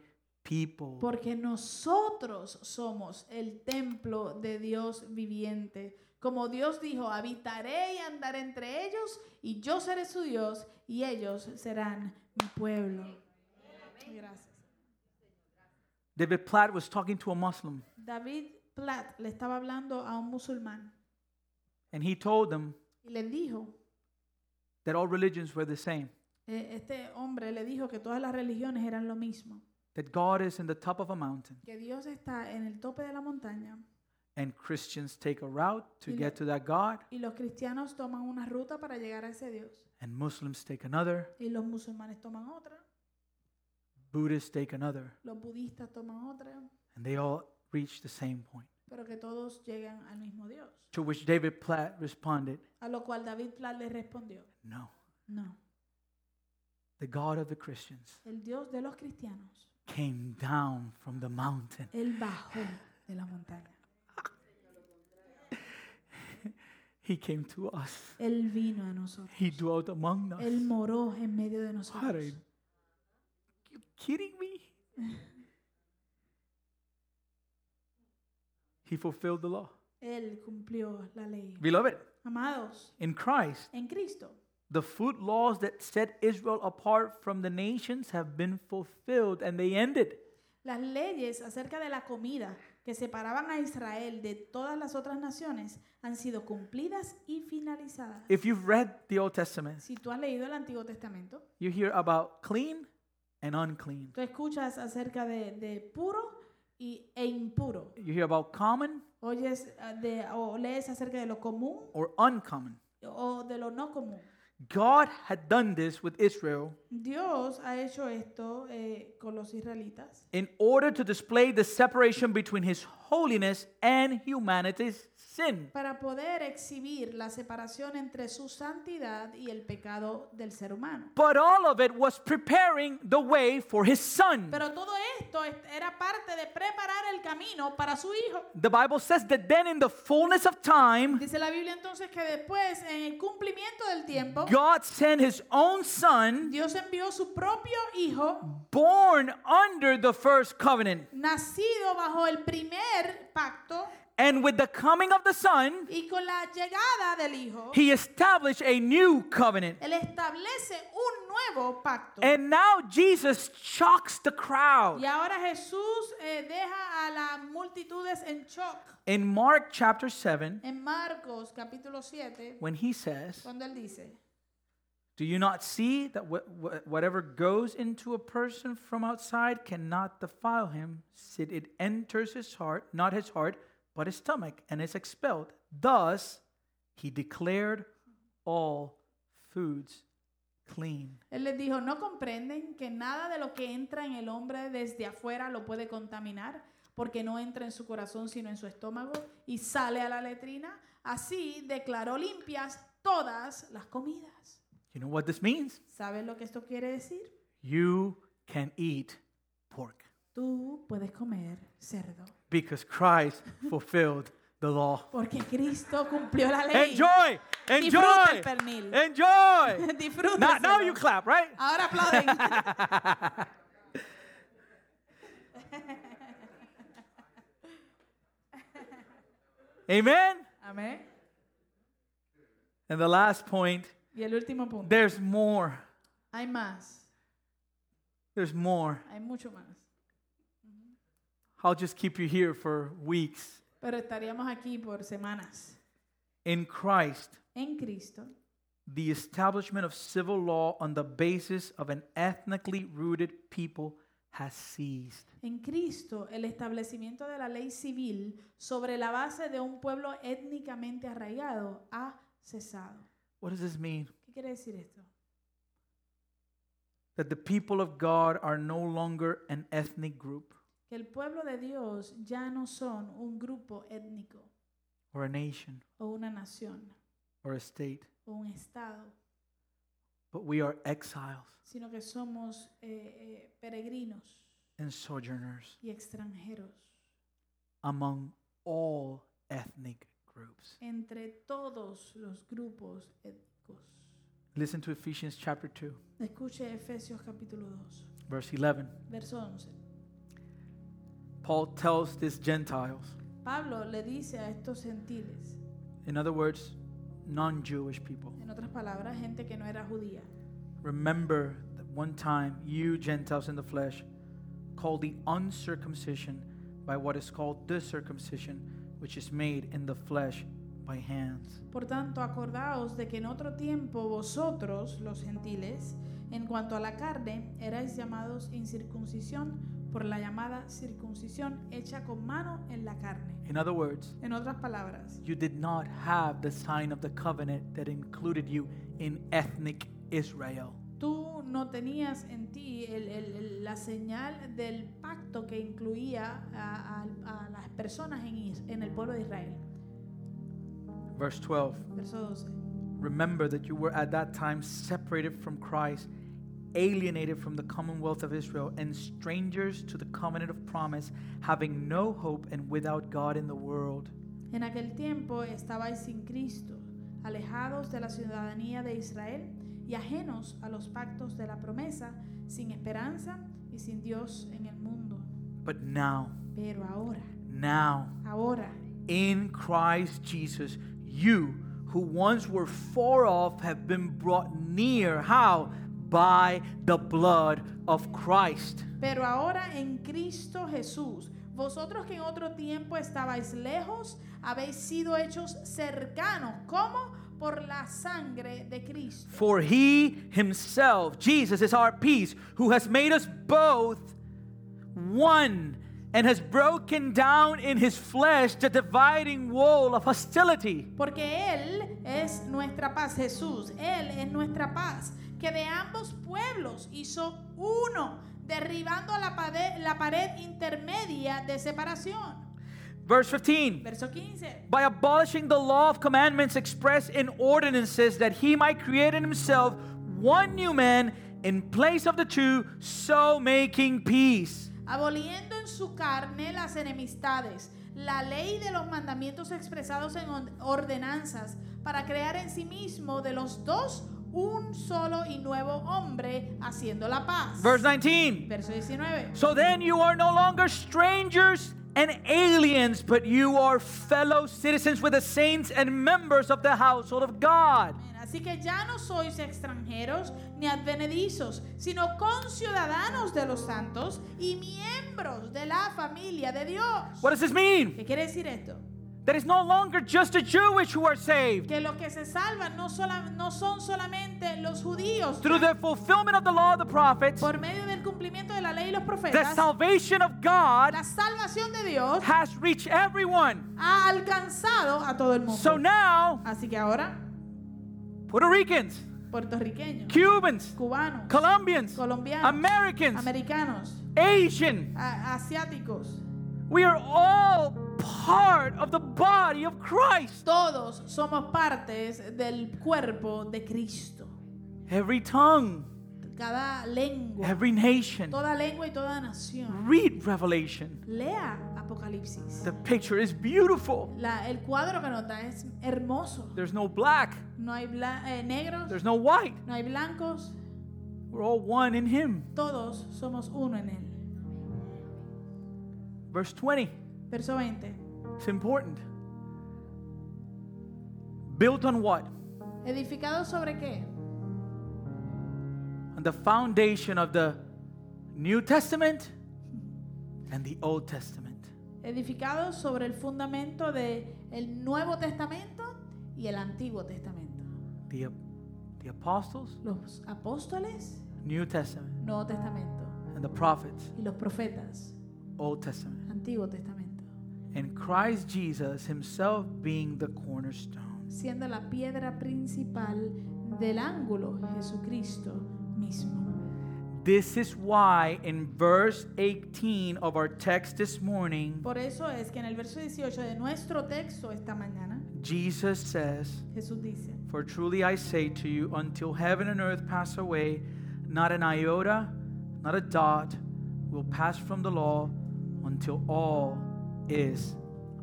Speaker 1: people.
Speaker 2: Porque nosotros somos el templo de Dios viviente. Como Dios dijo, habitaré y andaré entre ellos, y yo seré su Dios, y ellos serán mi pueblo. Gracias.
Speaker 1: David Platt was talking to a Muslim,
Speaker 2: David Platt le estaba hablando a un musulmán
Speaker 1: and he told them
Speaker 2: y le dijo,
Speaker 1: that all religions were the same,
Speaker 2: eh, este hombre le dijo que todas las religiones eran lo mismo,
Speaker 1: that God is in the top of a mountain,
Speaker 2: que Dios está en el tope de la montaña
Speaker 1: and Christians take a route to
Speaker 2: Y-
Speaker 1: get to that God,
Speaker 2: y los cristianos toman una ruta para llegar a ese Dios
Speaker 1: and Muslims take another,
Speaker 2: y los musulmanes toman otra.
Speaker 1: Buddhists take another,
Speaker 2: los budistas toman otra,
Speaker 1: and they all reach the same point.
Speaker 2: pero que todos llegan al mismo Dios.
Speaker 1: To which David Platt responded,
Speaker 2: A lo cual David Platt le respondió,
Speaker 1: No,
Speaker 2: no,
Speaker 1: the God of the Christians
Speaker 2: el Dios de los cristianos,
Speaker 1: came down from the mountain.
Speaker 2: él bajó de la montaña,
Speaker 1: He came to us,
Speaker 2: él vino a nosotros,
Speaker 1: He dwelt among us.
Speaker 2: él moró en medio de
Speaker 1: What are
Speaker 2: nosotros.
Speaker 1: you, you kidding me? he fulfilled the law.
Speaker 2: Él cumplió la ley.
Speaker 1: Beloved,
Speaker 2: Amados,
Speaker 1: in Christ,
Speaker 2: en Cristo,
Speaker 1: the food laws that set Israel apart from the nations have been fulfilled and they ended.
Speaker 2: las leyes acerca de la comida que separaban a Israel de todas las otras naciones han sido cumplidas y finalizadas.
Speaker 1: If you've read the Old Testament,
Speaker 2: Si tú has leído el Antiguo Testamento,
Speaker 1: you hear about clean and unclean.
Speaker 2: tú escuchas acerca de, de puro y, e impuro.
Speaker 1: You hear about common
Speaker 2: Oyes ah, de, o lees acerca de lo común
Speaker 1: or uncommon.
Speaker 2: o de lo no común.
Speaker 1: God had done this with Israel
Speaker 2: Dios ha hecho esto eh, con los israelitas
Speaker 1: in order to display the separation between his holiness and humanity's sin.
Speaker 2: para poder exhibir la separación entre su santidad y el pecado del ser humano.
Speaker 1: But all of it was preparing the way for his son.
Speaker 2: Pero todo esto es- era parte de preparar el camino para su hijo.
Speaker 1: The Bible says that then in the fullness of time,
Speaker 2: Dice la Biblia entonces que después, en el cumplimiento del tiempo,
Speaker 1: God sent his own son
Speaker 2: Dios envió su propio hijo,
Speaker 1: born under the first covenant.
Speaker 2: nacido bajo el primer pacto,
Speaker 1: And with the coming of the son,
Speaker 2: y con la llegada del hijo,
Speaker 1: he established a new covenant.
Speaker 2: él establece un nuevo pacto.
Speaker 1: And now Jesus shocks the crowd.
Speaker 2: Y ahora Jesús eh, deja a las multitudes en shock
Speaker 1: In Mark chapter 7,
Speaker 2: en Marcos capítulo 7,
Speaker 1: when he says,
Speaker 2: cuando él dice,
Speaker 1: Do you not see that wh- wh- whatever goes into a person from outside cannot defile him, since it enters his heart, not his heart, but his stomach, and is expelled? Thus, he declared all foods clean.
Speaker 2: Él les dijo, ¿no comprenden que nada de lo que entra en el hombre desde afuera lo puede contaminar? Porque no entra en su corazón, sino en su estómago y sale a la letrina. Así declaró limpias todas las comidas.
Speaker 1: You know what this means?
Speaker 2: ¿Sabes lo que esto quiere decir?
Speaker 1: You can eat pork
Speaker 2: Tú puedes comer cerdo.
Speaker 1: because Christ fulfilled the law.
Speaker 2: Porque Cristo cumplió la ley. <laughs>
Speaker 1: Enjoy!
Speaker 2: Disfruta
Speaker 1: Enjoy!
Speaker 2: el pernil.
Speaker 1: Enjoy!
Speaker 2: Disfruta.
Speaker 1: Now, now
Speaker 2: cerdo.
Speaker 1: you clap, right?
Speaker 2: Ahora aplauden. <laughs>
Speaker 1: Amen?
Speaker 2: Amén.
Speaker 1: And the last point
Speaker 2: Y el último punto.
Speaker 1: there's more.
Speaker 2: Hay más.
Speaker 1: There's more.
Speaker 2: Hay mucho más.
Speaker 1: I'll just keep you here for weeks.
Speaker 2: Pero estaríamos aquí por semanas.
Speaker 1: In Christ,
Speaker 2: En Cristo,
Speaker 1: the establishment of civil law on the basis of an ethnically rooted people has ceased.
Speaker 2: en Cristo, el establecimiento de la ley civil sobre la base de un pueblo étnicamente arraigado ha cesado.
Speaker 1: What does this mean?
Speaker 2: ¿Qué quiere decir esto?
Speaker 1: That the people of God are no longer an ethnic group
Speaker 2: Que el pueblo de Dios ya no son un grupo étnico
Speaker 1: or a nation
Speaker 2: o una nación
Speaker 1: or a state,
Speaker 2: o un estado,
Speaker 1: but we are exiles
Speaker 2: sino que somos eh, eh, peregrinos
Speaker 1: and sojourners
Speaker 2: y extranjeros
Speaker 1: among all ethnic groups.
Speaker 2: entre todos los grupos étnicos.
Speaker 1: Listen to Ephesians chapter 2,
Speaker 2: Escuche Efesios capítulo 2,
Speaker 1: verse 11.
Speaker 2: verso 11.
Speaker 1: Paul tells these Gentiles,
Speaker 2: Pablo le dice a estos gentiles,
Speaker 1: in other words, non Jewish people,
Speaker 2: en otras palabras, gente que no era judía,
Speaker 1: remember that one time you Gentiles in the flesh, called the uncircumcision by what is called the circumcision, which is made in the flesh by hands.
Speaker 2: por tanto, acordaos de que en otro tiempo vosotros, los gentiles, en cuanto a la carne, erais llamados incircuncisión por la llamada circuncisión hecha con mano en la carne.
Speaker 1: In other words,
Speaker 2: En otras palabras,
Speaker 1: you did not have the sign of the covenant that included you in ethnic Israel.
Speaker 2: tú no tenías en ti el- el- el- la señal del pacto que incluía a, a- a las personas en, Is- en el pueblo de Israel.
Speaker 1: Verse 12
Speaker 2: Verso 12.
Speaker 1: Remember that you were at that time separated from Christ, alienated from the commonwealth of Israel, and strangers to the covenant of promise, having no hope and without God in the world.
Speaker 2: En aquel tiempo estabais sin Cristo, alejados de la ciudadanía de Israel y ajenos a los pactos de la promesa, sin esperanza y sin Dios en el mundo.
Speaker 1: But now,
Speaker 2: Pero ahora,
Speaker 1: now,
Speaker 2: ahora,
Speaker 1: in Christ Jesus, you who once were far off have been brought near. How? By the blood of Christ.
Speaker 2: pero ahora en Cristo Jesús, Vosotros que en otro tiempo estabais lejos, habéis sido hechos cercanos. ¿Cómo? Por la sangre de Cristo.
Speaker 1: For he himself, Jesus, is our peace, who has made us both one and has broken down in his flesh the dividing wall of hostility.
Speaker 2: Porque Él es nuestra paz, Jesús, Él es nuestra paz, que de ambos pueblos hizo uno, derribando la pared, la pared intermedia de separación.
Speaker 1: Verse 15
Speaker 2: Verso 15.
Speaker 1: By abolishing the law of commandments expressed in ordinances, that he might create in himself one new man in place of the two, so making peace.
Speaker 2: Aboliendo en su carne las enemistades, la ley de los mandamientos expresados en on- ordenanzas, para crear en sí mismo de los dos un solo y nuevo hombre, haciendo la paz.
Speaker 1: Verse 19
Speaker 2: Verso 19.
Speaker 1: So then you are no longer strangers and aliens, but you are fellow citizens with the saints and members of the household of God.
Speaker 2: Amén. Así que ya no sois extranjeros ni advenedizos, sino conciudadanos de los santos y miembros de la familia de Dios.
Speaker 1: What does this mean?
Speaker 2: ¿Qué quiere decir esto?
Speaker 1: That it's no longer just the Jewish who are saved.
Speaker 2: Que los que se salvan no, sola- no son solamente los judíos.
Speaker 1: Through the fulfillment of the law of the prophets,
Speaker 2: Por medio del cumplimiento de la ley y los
Speaker 1: the
Speaker 2: profetas,
Speaker 1: salvation of God
Speaker 2: la salvación de Dios
Speaker 1: has reached everyone.
Speaker 2: ha alcanzado a todo el
Speaker 1: So
Speaker 2: mundo.
Speaker 1: now,
Speaker 2: Así que ahora,
Speaker 1: Puerto Ricans,
Speaker 2: puertorriqueños,
Speaker 1: Cubans,
Speaker 2: cubanos,
Speaker 1: Colombians,
Speaker 2: colombianos,
Speaker 1: Americans,
Speaker 2: americanos,
Speaker 1: Asian,
Speaker 2: a- asiáticos.
Speaker 1: we are all part of the body of Christ.
Speaker 2: Todos somos partes del cuerpo de Cristo.
Speaker 1: Every tongue,
Speaker 2: Cada lengua,
Speaker 1: every nation.
Speaker 2: toda lengua y toda nación.
Speaker 1: Read Revelation.
Speaker 2: Lea Apocalipsis.
Speaker 1: The picture is beautiful.
Speaker 2: La- el cuadro que nos da es hermoso.
Speaker 1: There's no black,
Speaker 2: No hay bla- eh, negros,
Speaker 1: there's no white.
Speaker 2: no hay blancos.
Speaker 1: We're all one in Him.
Speaker 2: Todos somos uno en Él.
Speaker 1: Verse 20,
Speaker 2: Verso 20.
Speaker 1: it's important. Built on what?
Speaker 2: ¿Edificado sobre qué?
Speaker 1: On the foundation of the New Testament and the Old Testament.
Speaker 2: Edificado sobre el fundamento del el Nuevo Testamento y el Antiguo Testamento.
Speaker 1: The, the apostles,
Speaker 2: Los apóstoles,
Speaker 1: New Testament,
Speaker 2: Nuevo Testamento.
Speaker 1: and the prophets,
Speaker 2: Y los profetas,
Speaker 1: Old Testament.
Speaker 2: Antiguo Testamento,
Speaker 1: And Christ Jesus Himself being the cornerstone.
Speaker 2: siendo la piedra principal del ángulo Jesucristo mismo.
Speaker 1: This is why in verse 18 of our text this morning,
Speaker 2: Por eso es que en el verso 18 de nuestro texto esta mañana,
Speaker 1: Jesus says,
Speaker 2: Jesús dice,
Speaker 1: For truly I say to you, until heaven and earth pass away, not an iota, not a dot will pass from the law until all is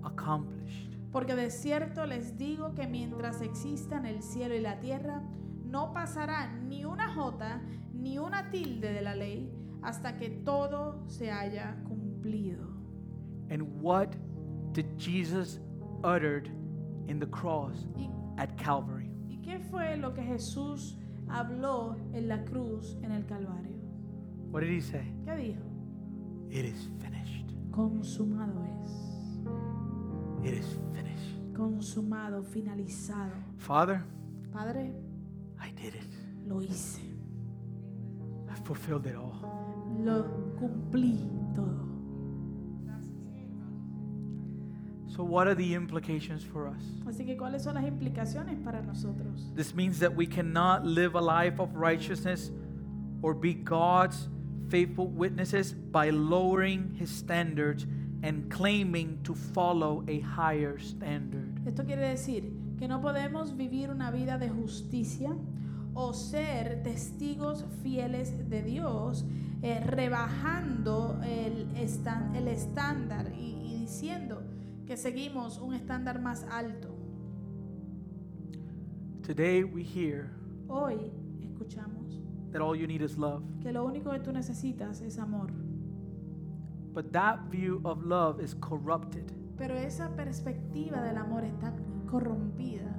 Speaker 1: accomplished.
Speaker 2: porque de cierto les digo que mientras existan el cielo y la tierra, no pasará ni una jota ni una tilde de la ley hasta que todo se haya cumplido.
Speaker 1: And what did Jesus uttered in the cross
Speaker 2: ¿Y,
Speaker 1: at Calvary?
Speaker 2: y qué fue lo que Jesús habló en la cruz en el Calvario?
Speaker 1: What did he say?
Speaker 2: ¿Qué dijo?
Speaker 1: It is finished.
Speaker 2: Consumado es.
Speaker 1: It is finished.
Speaker 2: Consumado, finalizado.
Speaker 1: Father,
Speaker 2: Padre,
Speaker 1: I did it.
Speaker 2: lo hice.
Speaker 1: I fulfilled it all.
Speaker 2: Lo cumplí todo.
Speaker 1: So, what are the implications for us?
Speaker 2: Así que, ¿cuáles son las implicaciones para nosotros?
Speaker 1: This means that we cannot live a life of righteousness or be God's faithful witnesses by lowering his standards and claiming to follow a higher standard.
Speaker 2: Esto quiere decir que no podemos vivir una vida de justicia o ser testigos fieles de Dios eh, rebajando el, estan- el estándar y- y diciendo que seguimos un estándar más alto.
Speaker 1: Today, we hear
Speaker 2: Hoy escuchamos
Speaker 1: that all you need is love,
Speaker 2: que lo único que tú necesitas es amor.
Speaker 1: but that view of love is corrupted.
Speaker 2: Pero esa perspectiva del amor está corrompida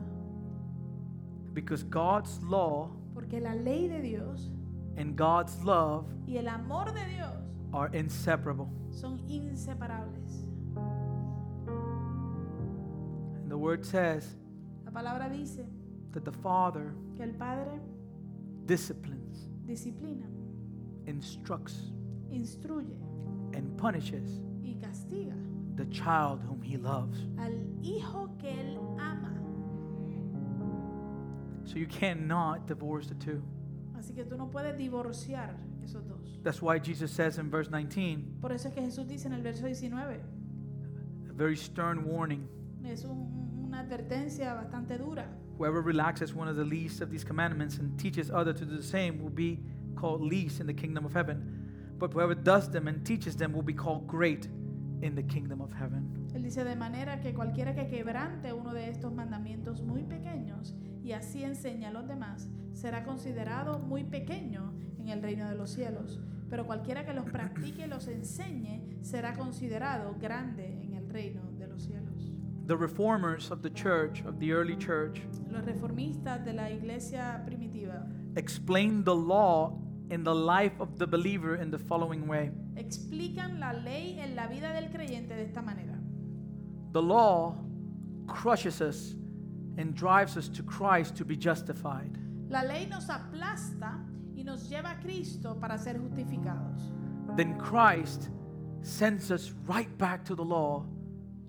Speaker 1: Because God's law
Speaker 2: porque la ley de Dios
Speaker 1: and God's love
Speaker 2: y el amor de Dios
Speaker 1: are inseparable.
Speaker 2: son inseparables.
Speaker 1: And the word says
Speaker 2: La palabra dice
Speaker 1: that the Father
Speaker 2: que el Padre
Speaker 1: disciplines,
Speaker 2: disciplina,
Speaker 1: instructs,
Speaker 2: instruye
Speaker 1: and punishes
Speaker 2: y castiga
Speaker 1: the child whom he loves.
Speaker 2: al hijo que él ama.
Speaker 1: So you cannot divorce the two.
Speaker 2: Así que tú no puedes divorciar esos dos.
Speaker 1: That's why Jesus says in verse 19,
Speaker 2: Por eso es que Jesús dice en el verso 19,
Speaker 1: a very stern warning
Speaker 2: es un- una advertencia bastante dura.
Speaker 1: whoever relaxes one of the least of these commandments and teaches others to do the same will be called least in the kingdom of heaven. But whoever does them and teaches them will be called great in the kingdom of heaven.
Speaker 2: Él dice de manera que cualquiera que quebrante uno de estos mandamientos muy pequeños y así enseña a los demás, será considerado muy pequeño en el reino de los cielos. Pero cualquiera que los practique y los enseñe, será considerado grande en el reino de los cielos.
Speaker 1: The reformers of the church, of the early church,
Speaker 2: Los reformistas de la iglesia primitiva
Speaker 1: explained the law in the life of the believer in the following way
Speaker 2: explican la ley en la vida del creyente de esta manera.
Speaker 1: The law crushes us and drives us to Christ to be justified.
Speaker 2: La ley nos aplasta y nos lleva a Cristo para ser justificados.
Speaker 1: Then Christ sends us right back to the law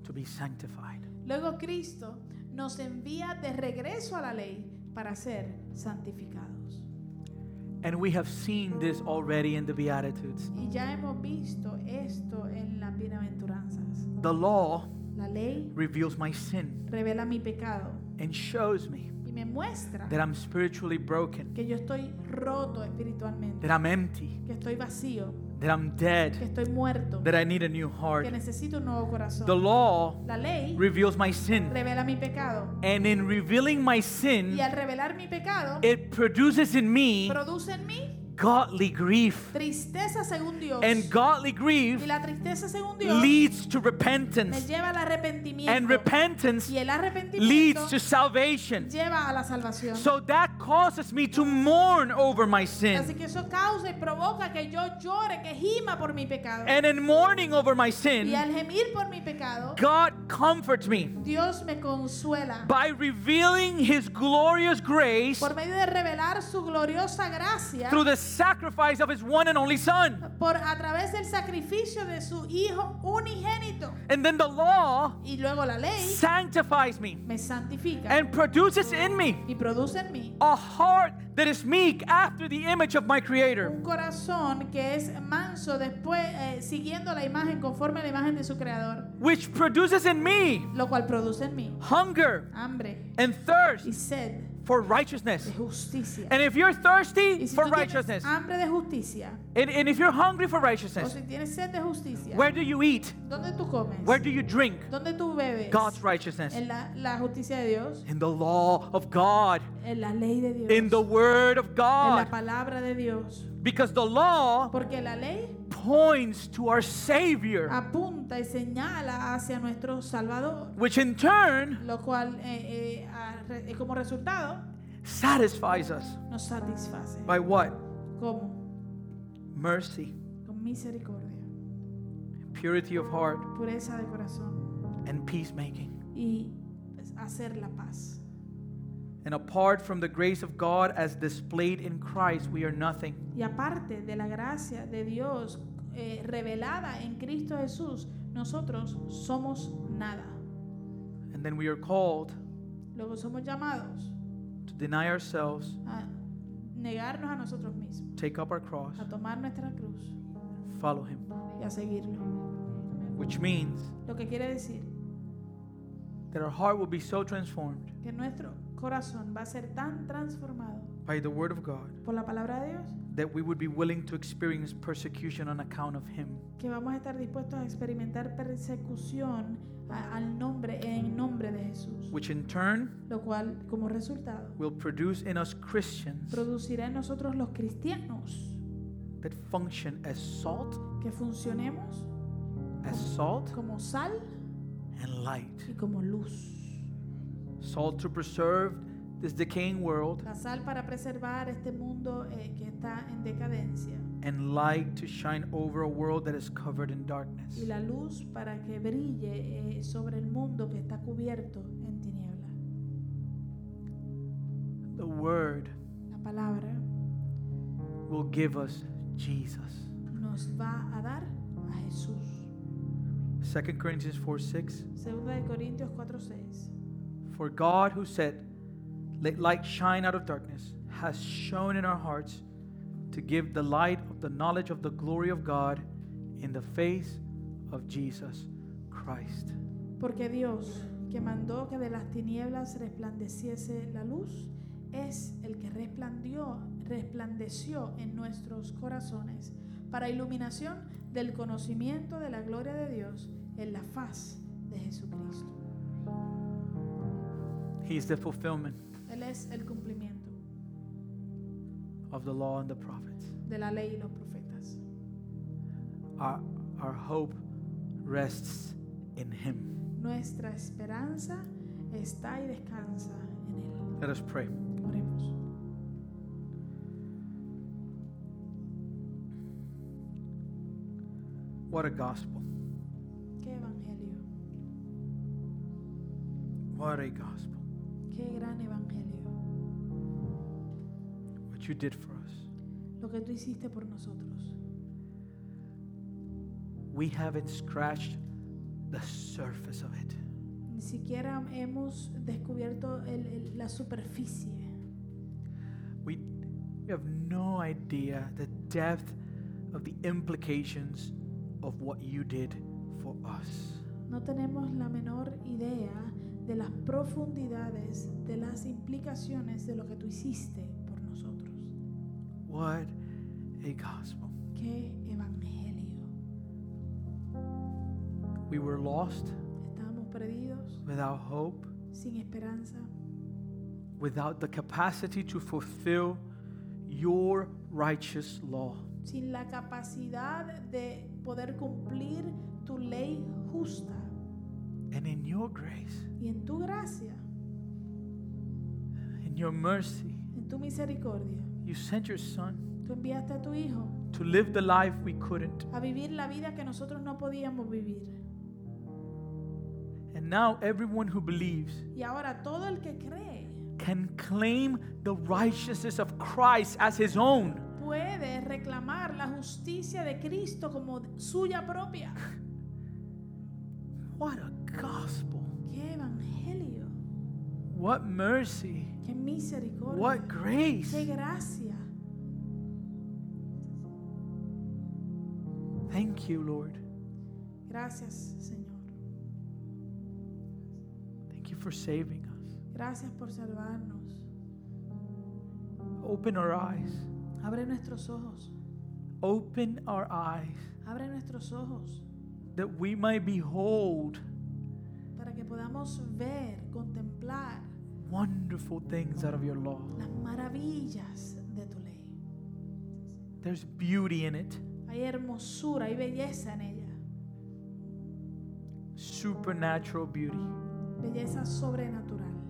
Speaker 1: to be sanctified.
Speaker 2: Luego Cristo nos envía de regreso a la ley para ser santificados.
Speaker 1: And we have seen this already in the Beatitudes.
Speaker 2: Y ya hemos visto esto en las bienaventuranzas.
Speaker 1: The law
Speaker 2: La ley
Speaker 1: reveals my sin
Speaker 2: revela mi pecado
Speaker 1: and shows me
Speaker 2: y me muestra
Speaker 1: that I'm spiritually broken,
Speaker 2: que yo estoy roto espiritualmente,
Speaker 1: that I'm empty,
Speaker 2: que estoy vacío,
Speaker 1: that I'm
Speaker 2: que
Speaker 1: dead,
Speaker 2: estoy muerto,
Speaker 1: that I need a new
Speaker 2: que
Speaker 1: heart.
Speaker 2: necesito un nuevo
Speaker 1: The
Speaker 2: corazón.
Speaker 1: law
Speaker 2: La ley
Speaker 1: reveals my sin.
Speaker 2: revela mi pecado
Speaker 1: And in revealing my
Speaker 2: y
Speaker 1: sin,
Speaker 2: al revelar mi pecado
Speaker 1: it produces in me
Speaker 2: produce en mí
Speaker 1: godly grief.
Speaker 2: tristeza según Dios.
Speaker 1: And godly
Speaker 2: Y
Speaker 1: grief
Speaker 2: la tristeza según Dios
Speaker 1: leads to
Speaker 2: me
Speaker 1: repentance.
Speaker 2: lleva al
Speaker 1: And
Speaker 2: arrepentimiento.
Speaker 1: repentance
Speaker 2: Y el arrepentimiento
Speaker 1: leads to salvation.
Speaker 2: lleva a la salvación.
Speaker 1: So that causes me to mourn over my
Speaker 2: Así
Speaker 1: sin.
Speaker 2: que eso causa y provoca que yo llore, que gima por mi pecado.
Speaker 1: And in mourning over my
Speaker 2: Y
Speaker 1: sin,
Speaker 2: al gemir por mi pecado,
Speaker 1: God comforts me
Speaker 2: Dios me consuela
Speaker 1: by revealing His glorious grace
Speaker 2: por medio de revelar su gloriosa gracia
Speaker 1: through the sacrifice of His one and only Son.
Speaker 2: por a través del sacrificio de su hijo unigénito.
Speaker 1: And then the law
Speaker 2: Y luego la ley
Speaker 1: sanctifies me
Speaker 2: me santifica
Speaker 1: and produces in me
Speaker 2: y produce en mí
Speaker 1: a heart that is meek after the image of my Creator.
Speaker 2: un corazón que es manso después eh, siguiendo la imagen conforme a la imagen de su creador,
Speaker 1: which produces in me
Speaker 2: lo cual produce en mí
Speaker 1: hunger
Speaker 2: hambre
Speaker 1: and
Speaker 2: y
Speaker 1: thirst
Speaker 2: sed
Speaker 1: for righteousness.
Speaker 2: de justicia.
Speaker 1: And if you're thirsty
Speaker 2: Y si
Speaker 1: for
Speaker 2: tú tienes
Speaker 1: righteousness,
Speaker 2: hambre de justicia
Speaker 1: and, and if you're hungry for
Speaker 2: o
Speaker 1: righteousness,
Speaker 2: si tienes sed de justicia,
Speaker 1: where do you eat?
Speaker 2: ¿dónde tú comes?
Speaker 1: Where do you drink?
Speaker 2: ¿Dónde tú bebes?
Speaker 1: God's righteousness.
Speaker 2: En la, la justicia de Dios,
Speaker 1: In the law of God,
Speaker 2: en la ley de Dios,
Speaker 1: in the word of
Speaker 2: en la
Speaker 1: God.
Speaker 2: palabra de Dios.
Speaker 1: Because the law
Speaker 2: Porque la ley
Speaker 1: points to our Savior,
Speaker 2: apunta y señala hacia nuestro Salvador,
Speaker 1: which in turn
Speaker 2: lo cual eh, eh, a- re- eh, como resultado
Speaker 1: satisfies us.
Speaker 2: nos satisface.
Speaker 1: By what?
Speaker 2: ¿Cómo?
Speaker 1: Mercy,
Speaker 2: Con misericordia,
Speaker 1: purity of heart,
Speaker 2: pureza de corazón
Speaker 1: and peacemaking.
Speaker 2: y pues, hacer la paz.
Speaker 1: And apart from the grace of God as displayed in Christ, we are nothing.
Speaker 2: Y aparte de la gracia de Dios eh, revelada en Cristo Jesús, nosotros somos nada.
Speaker 1: And then we are called
Speaker 2: Luego somos llamados
Speaker 1: to deny ourselves,
Speaker 2: a negarnos a nosotros mismos,
Speaker 1: take up our cross,
Speaker 2: a tomar nuestra cruz
Speaker 1: follow Him.
Speaker 2: y a seguirlo.
Speaker 1: Which means
Speaker 2: Lo que quiere decir
Speaker 1: that our heart will be so transformed
Speaker 2: que nuestro corazón va a ser tan transformado
Speaker 1: by the Word of God
Speaker 2: por la palabra de Dios
Speaker 1: that we would be willing to experience persecution on account of Him.
Speaker 2: que vamos a estar dispuestos a experimentar persecución a- al nombre en nombre de Jesús,
Speaker 1: Which in turn
Speaker 2: lo cual como resultado
Speaker 1: will produce in us Christians
Speaker 2: producirá en nosotros los cristianos
Speaker 1: that function as salt,
Speaker 2: que funcionemos
Speaker 1: as salt
Speaker 2: como sal
Speaker 1: and light.
Speaker 2: y como luz.
Speaker 1: Salt to preserve this decaying world
Speaker 2: la sal para preservar este mundo eh, que está en decadencia
Speaker 1: and light to shine over a world that is covered in darkness.
Speaker 2: y la luz para que brille eh, sobre el mundo que está cubierto en tinieblas.
Speaker 1: The Word
Speaker 2: La palabra
Speaker 1: will give us Jesus.
Speaker 2: nos va a dar a Jesús.
Speaker 1: 2 Corinthians 4 6.
Speaker 2: Segunda de Corintios 4:6.
Speaker 1: For God, who said, Let light shine out of darkness, has shone in our hearts to give the light of the knowledge of the glory of God in the face of Jesus Christ.
Speaker 2: Porque Dios, que mandó que de las tinieblas resplandeciese la luz, es el que resplandió, resplandeció en nuestros corazones para iluminación del conocimiento de la gloria de Dios en la faz de Jesucristo.
Speaker 1: He's the fulfillment
Speaker 2: Él es el cumplimiento
Speaker 1: of the law and the prophets.
Speaker 2: de la ley y los profetas.
Speaker 1: Our, our hope rests in Him.
Speaker 2: Nuestra esperanza está y descansa en Él.
Speaker 1: Let us pray.
Speaker 2: Oremos.
Speaker 1: What a gospel.
Speaker 2: Qué evangelio,
Speaker 1: What a gospel.
Speaker 2: qué gran evangelio,
Speaker 1: What you did for us.
Speaker 2: lo que tú hiciste por nosotros.
Speaker 1: We haven't scratched the surface of it.
Speaker 2: Ni siquiera hemos descubierto el- el- la superficie.
Speaker 1: We, we have no idea the depth of the implications of what you did for us.
Speaker 2: No tenemos la menor idea de las profundidades, de las implicaciones de lo que tú hiciste por nosotros.
Speaker 1: What a gospel.
Speaker 2: Qué evangelio.
Speaker 1: We were lost,
Speaker 2: Estábamos perdidos,
Speaker 1: without hope,
Speaker 2: sin esperanza,
Speaker 1: without the capacity to fulfill your righteous law.
Speaker 2: sin la capacidad de poder cumplir tu ley justa.
Speaker 1: And in your grace,
Speaker 2: Y en tu gracia,
Speaker 1: in your mercy,
Speaker 2: en tu misericordia,
Speaker 1: you sent your son
Speaker 2: tú enviaste a tu Hijo
Speaker 1: to live the life we couldn't.
Speaker 2: a vivir la vida que nosotros no podíamos vivir.
Speaker 1: And now everyone who believes
Speaker 2: Y ahora todo el que cree
Speaker 1: can claim the righteousness of Christ as his own.
Speaker 2: puede reclamar la justicia de Cristo como suya propia.
Speaker 1: What a gospel.
Speaker 2: ¡Qué evangelio!
Speaker 1: What mercy.
Speaker 2: ¡Qué misericordia!
Speaker 1: What grace.
Speaker 2: ¡Qué gracia!
Speaker 1: Thank you, Lord.
Speaker 2: Gracias, Señor.
Speaker 1: Thank you for saving us.
Speaker 2: Gracias por salvarnos.
Speaker 1: Open our eyes.
Speaker 2: Abre nuestros ojos.
Speaker 1: Open our eyes
Speaker 2: Abre nuestros ojos
Speaker 1: that we might behold
Speaker 2: para que podamos ver, contemplar
Speaker 1: wonderful things out of your law.
Speaker 2: las maravillas de tu ley.
Speaker 1: There's beauty in it,
Speaker 2: Hay hermosura, hay belleza en ella.
Speaker 1: supernatural beauty
Speaker 2: Belleza sobrenatural.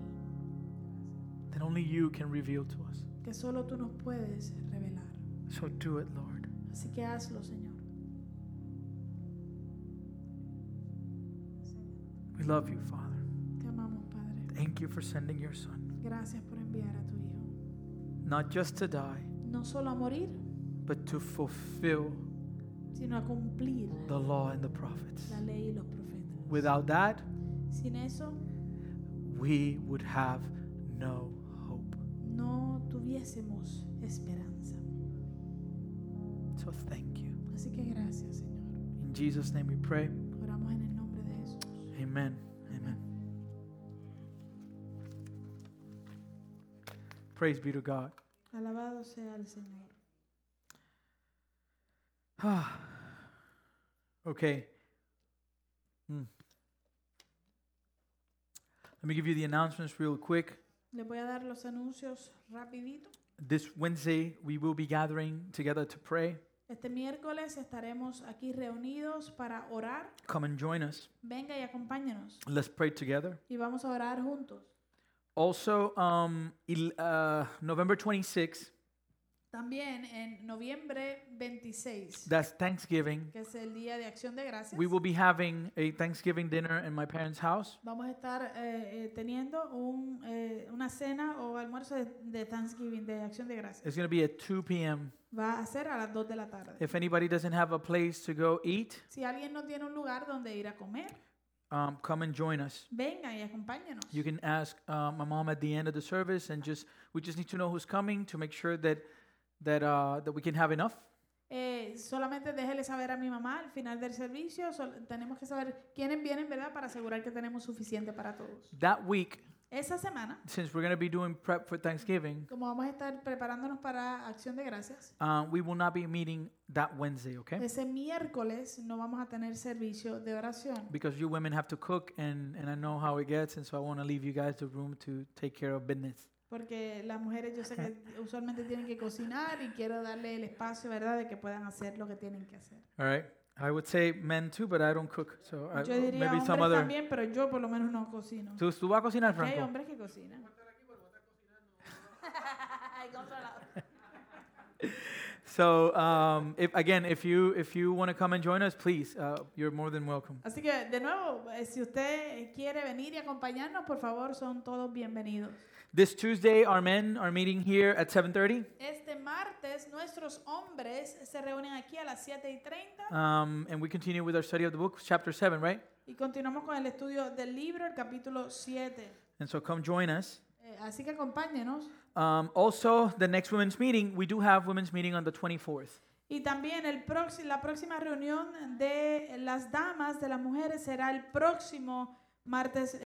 Speaker 1: that only you can reveal to us.
Speaker 2: que solo tú nos puedes revelar.
Speaker 1: So do it, Lord.
Speaker 2: Así que hazlo, Señor.
Speaker 1: We love you, Father.
Speaker 2: Te amamos, Padre.
Speaker 1: Thank you for sending your son,
Speaker 2: Gracias por enviar a tu Hijo.
Speaker 1: not just to die,
Speaker 2: No solo a morir,
Speaker 1: but to fulfill
Speaker 2: sino a cumplir
Speaker 1: the law and the prophets.
Speaker 2: la ley y los profetas.
Speaker 1: Without that,
Speaker 2: Sin eso,
Speaker 1: we would have no hope.
Speaker 2: no tuviésemos esperanza.
Speaker 1: So thank you.
Speaker 2: Así que gracias, Señor.
Speaker 1: In Jesus' name we pray.
Speaker 2: Oramos en el nombre de Jesús.
Speaker 1: Amen. Amen. Praise be to God.
Speaker 2: Alabado sea el Señor.
Speaker 1: okay. Hmm. Let me give you the announcements real quick.
Speaker 2: Le voy a dar los anuncios rapidito.
Speaker 1: This Wednesday, we will be gathering together to pray.
Speaker 2: Este miércoles estaremos aquí reunidos para orar.
Speaker 1: Come and join us.
Speaker 2: Venga y acompáñanos.
Speaker 1: Let's pray together.
Speaker 2: Y vamos a orar juntos.
Speaker 1: Also, um, el- uh, November 26th,
Speaker 2: También en noviembre 26,
Speaker 1: that's Thanksgiving.
Speaker 2: que es el Día de Acción de Gracias,
Speaker 1: We will be having a Thanksgiving dinner in my parents' house.
Speaker 2: vamos a estar eh, eh, teniendo un, eh, una cena o almuerzo de, de Thanksgiving, de Acción de Gracias.
Speaker 1: It's going to be at 2 p.m.
Speaker 2: Va a ser a las 2 de la tarde.
Speaker 1: If anybody doesn't have a place to go eat,
Speaker 2: Si alguien no tiene un lugar donde ir a comer,
Speaker 1: um, come and join us.
Speaker 2: vengan y acompáñenos.
Speaker 1: You can ask uh, my mom at the end of the service, and just we just need to know who's coming to make sure that that uh, that we can have enough.
Speaker 2: Eh, solamente déjele saber a mi mamá al final del servicio. sol- tenemos que saber quiénes vienen, ¿verdad? Para asegurar que tenemos suficiente para todos.
Speaker 1: That week,
Speaker 2: Esa semana,
Speaker 1: since we're going to be doing prep for Thanksgiving,
Speaker 2: como vamos a estar preparándonos para Acción de Gracias,
Speaker 1: uh, we will not be meeting that Wednesday, okay?
Speaker 2: ese miércoles no vamos a tener servicio de oración.
Speaker 1: Because you women have to cook, and and I know how it gets, and so I want to leave you guys the room to take care of business.
Speaker 2: Porque las mujeres yo sé que usualmente tienen que cocinar y quiero darle el espacio, ¿verdad? De que puedan hacer lo que tienen que hacer.
Speaker 1: All right. I would say men too, but I don't cook, so I,
Speaker 2: Yo diría
Speaker 1: maybe
Speaker 2: hombres
Speaker 1: some other.
Speaker 2: también, pero yo por lo menos no cocino.
Speaker 1: Tú, tú vas a cocinar,
Speaker 2: Aquí hay
Speaker 1: Franco.
Speaker 2: hombres que cocinan. <laughs> Ay, controlado.
Speaker 1: So um, if, again, if you if you want to come and join us, please, uh, you're more than welcome.
Speaker 2: Así que, de nuevo, eh, si usted eh, quiere venir y acompañarnos, por favor, son todos bienvenidos.
Speaker 1: This Tuesday, our men are meeting here at 7:30,
Speaker 2: Este martes, nuestros hombres se reúnen aquí a las 7 y 30
Speaker 1: um, and we continue with our study of the book, chapter seven, right?
Speaker 2: y continuamos con el estudio del libro, el capítulo 7.
Speaker 1: And so come join us.
Speaker 2: Eh, así que acompáñenos.
Speaker 1: Um, also, the next women's meeting, we do have women's meeting on the 24th.
Speaker 2: Y también el proxi- la próxima reunión de las damas, de las mujeres, será el próximo martes